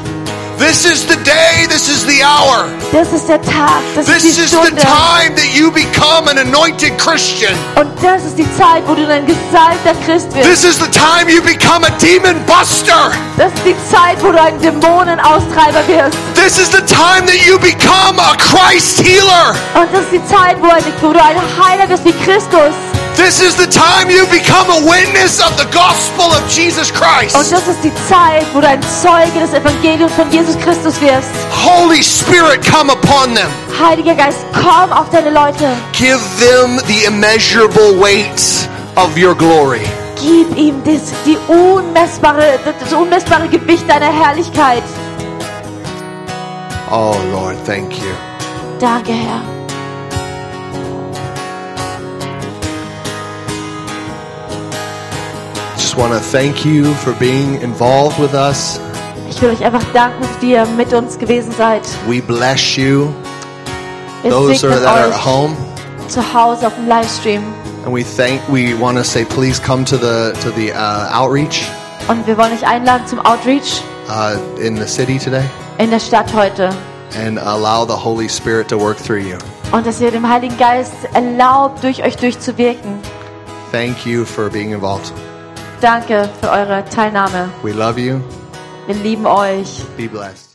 S1: This is the day, this is the hour.
S2: Das ist der Tag, das
S1: This
S2: ist die
S1: is the
S2: Stunde.
S1: time that you become an anointed Christian.
S2: Und das ist die Zeit, wo du ein gesalbter Christ wirst.
S1: This is the time you become a demon buster.
S2: Das ist die Zeit, wo du ein Dämonenaustreiber wirst.
S1: This is the time that you become a Christ healer.
S2: Und das ist die Zeit, wo, ein, wo du ein Heiler wirst wie Christus.
S1: This is the time you become a witness of the gospel of Jesus
S2: Und
S1: Christ.
S2: das ist die Zeit, wo du ein Zeuge des Evangeliums von Jesus Christus wirst.
S1: Holy Spirit, come upon them.
S2: Heiliger Geist, komm auf deine Leute.
S1: Give them the immeasurable weight of your glory.
S2: Gib ihm das, die unmessbare, das unmessbare Gewicht deiner Herrlichkeit.
S1: Oh, Lord, thank you.
S2: Danke, Herr.
S1: Just want to thank you for being involved with us.
S2: Ich will euch einfach danken, dass ihr mit uns gewesen seid.
S1: We bless you,
S2: Wir
S1: those are,
S2: segnen
S1: that are at
S2: euch
S1: home.
S2: zu Hause auf dem Livestream.
S1: And we thank. We want to say, please come to the to the uh, outreach
S2: Und wir wollen euch einladen zum Outreach
S1: uh, in the city today,
S2: in der Stadt heute.
S1: and allow the Holy Spirit to work through you.
S2: Und dass ihr dem Heiligen Geist erlaubt, durch euch durchzuwirken.
S1: Thank you for being involved.
S2: Danke für eure Teilnahme.
S1: We love you.
S2: Wir lieben euch.
S1: Be blessed.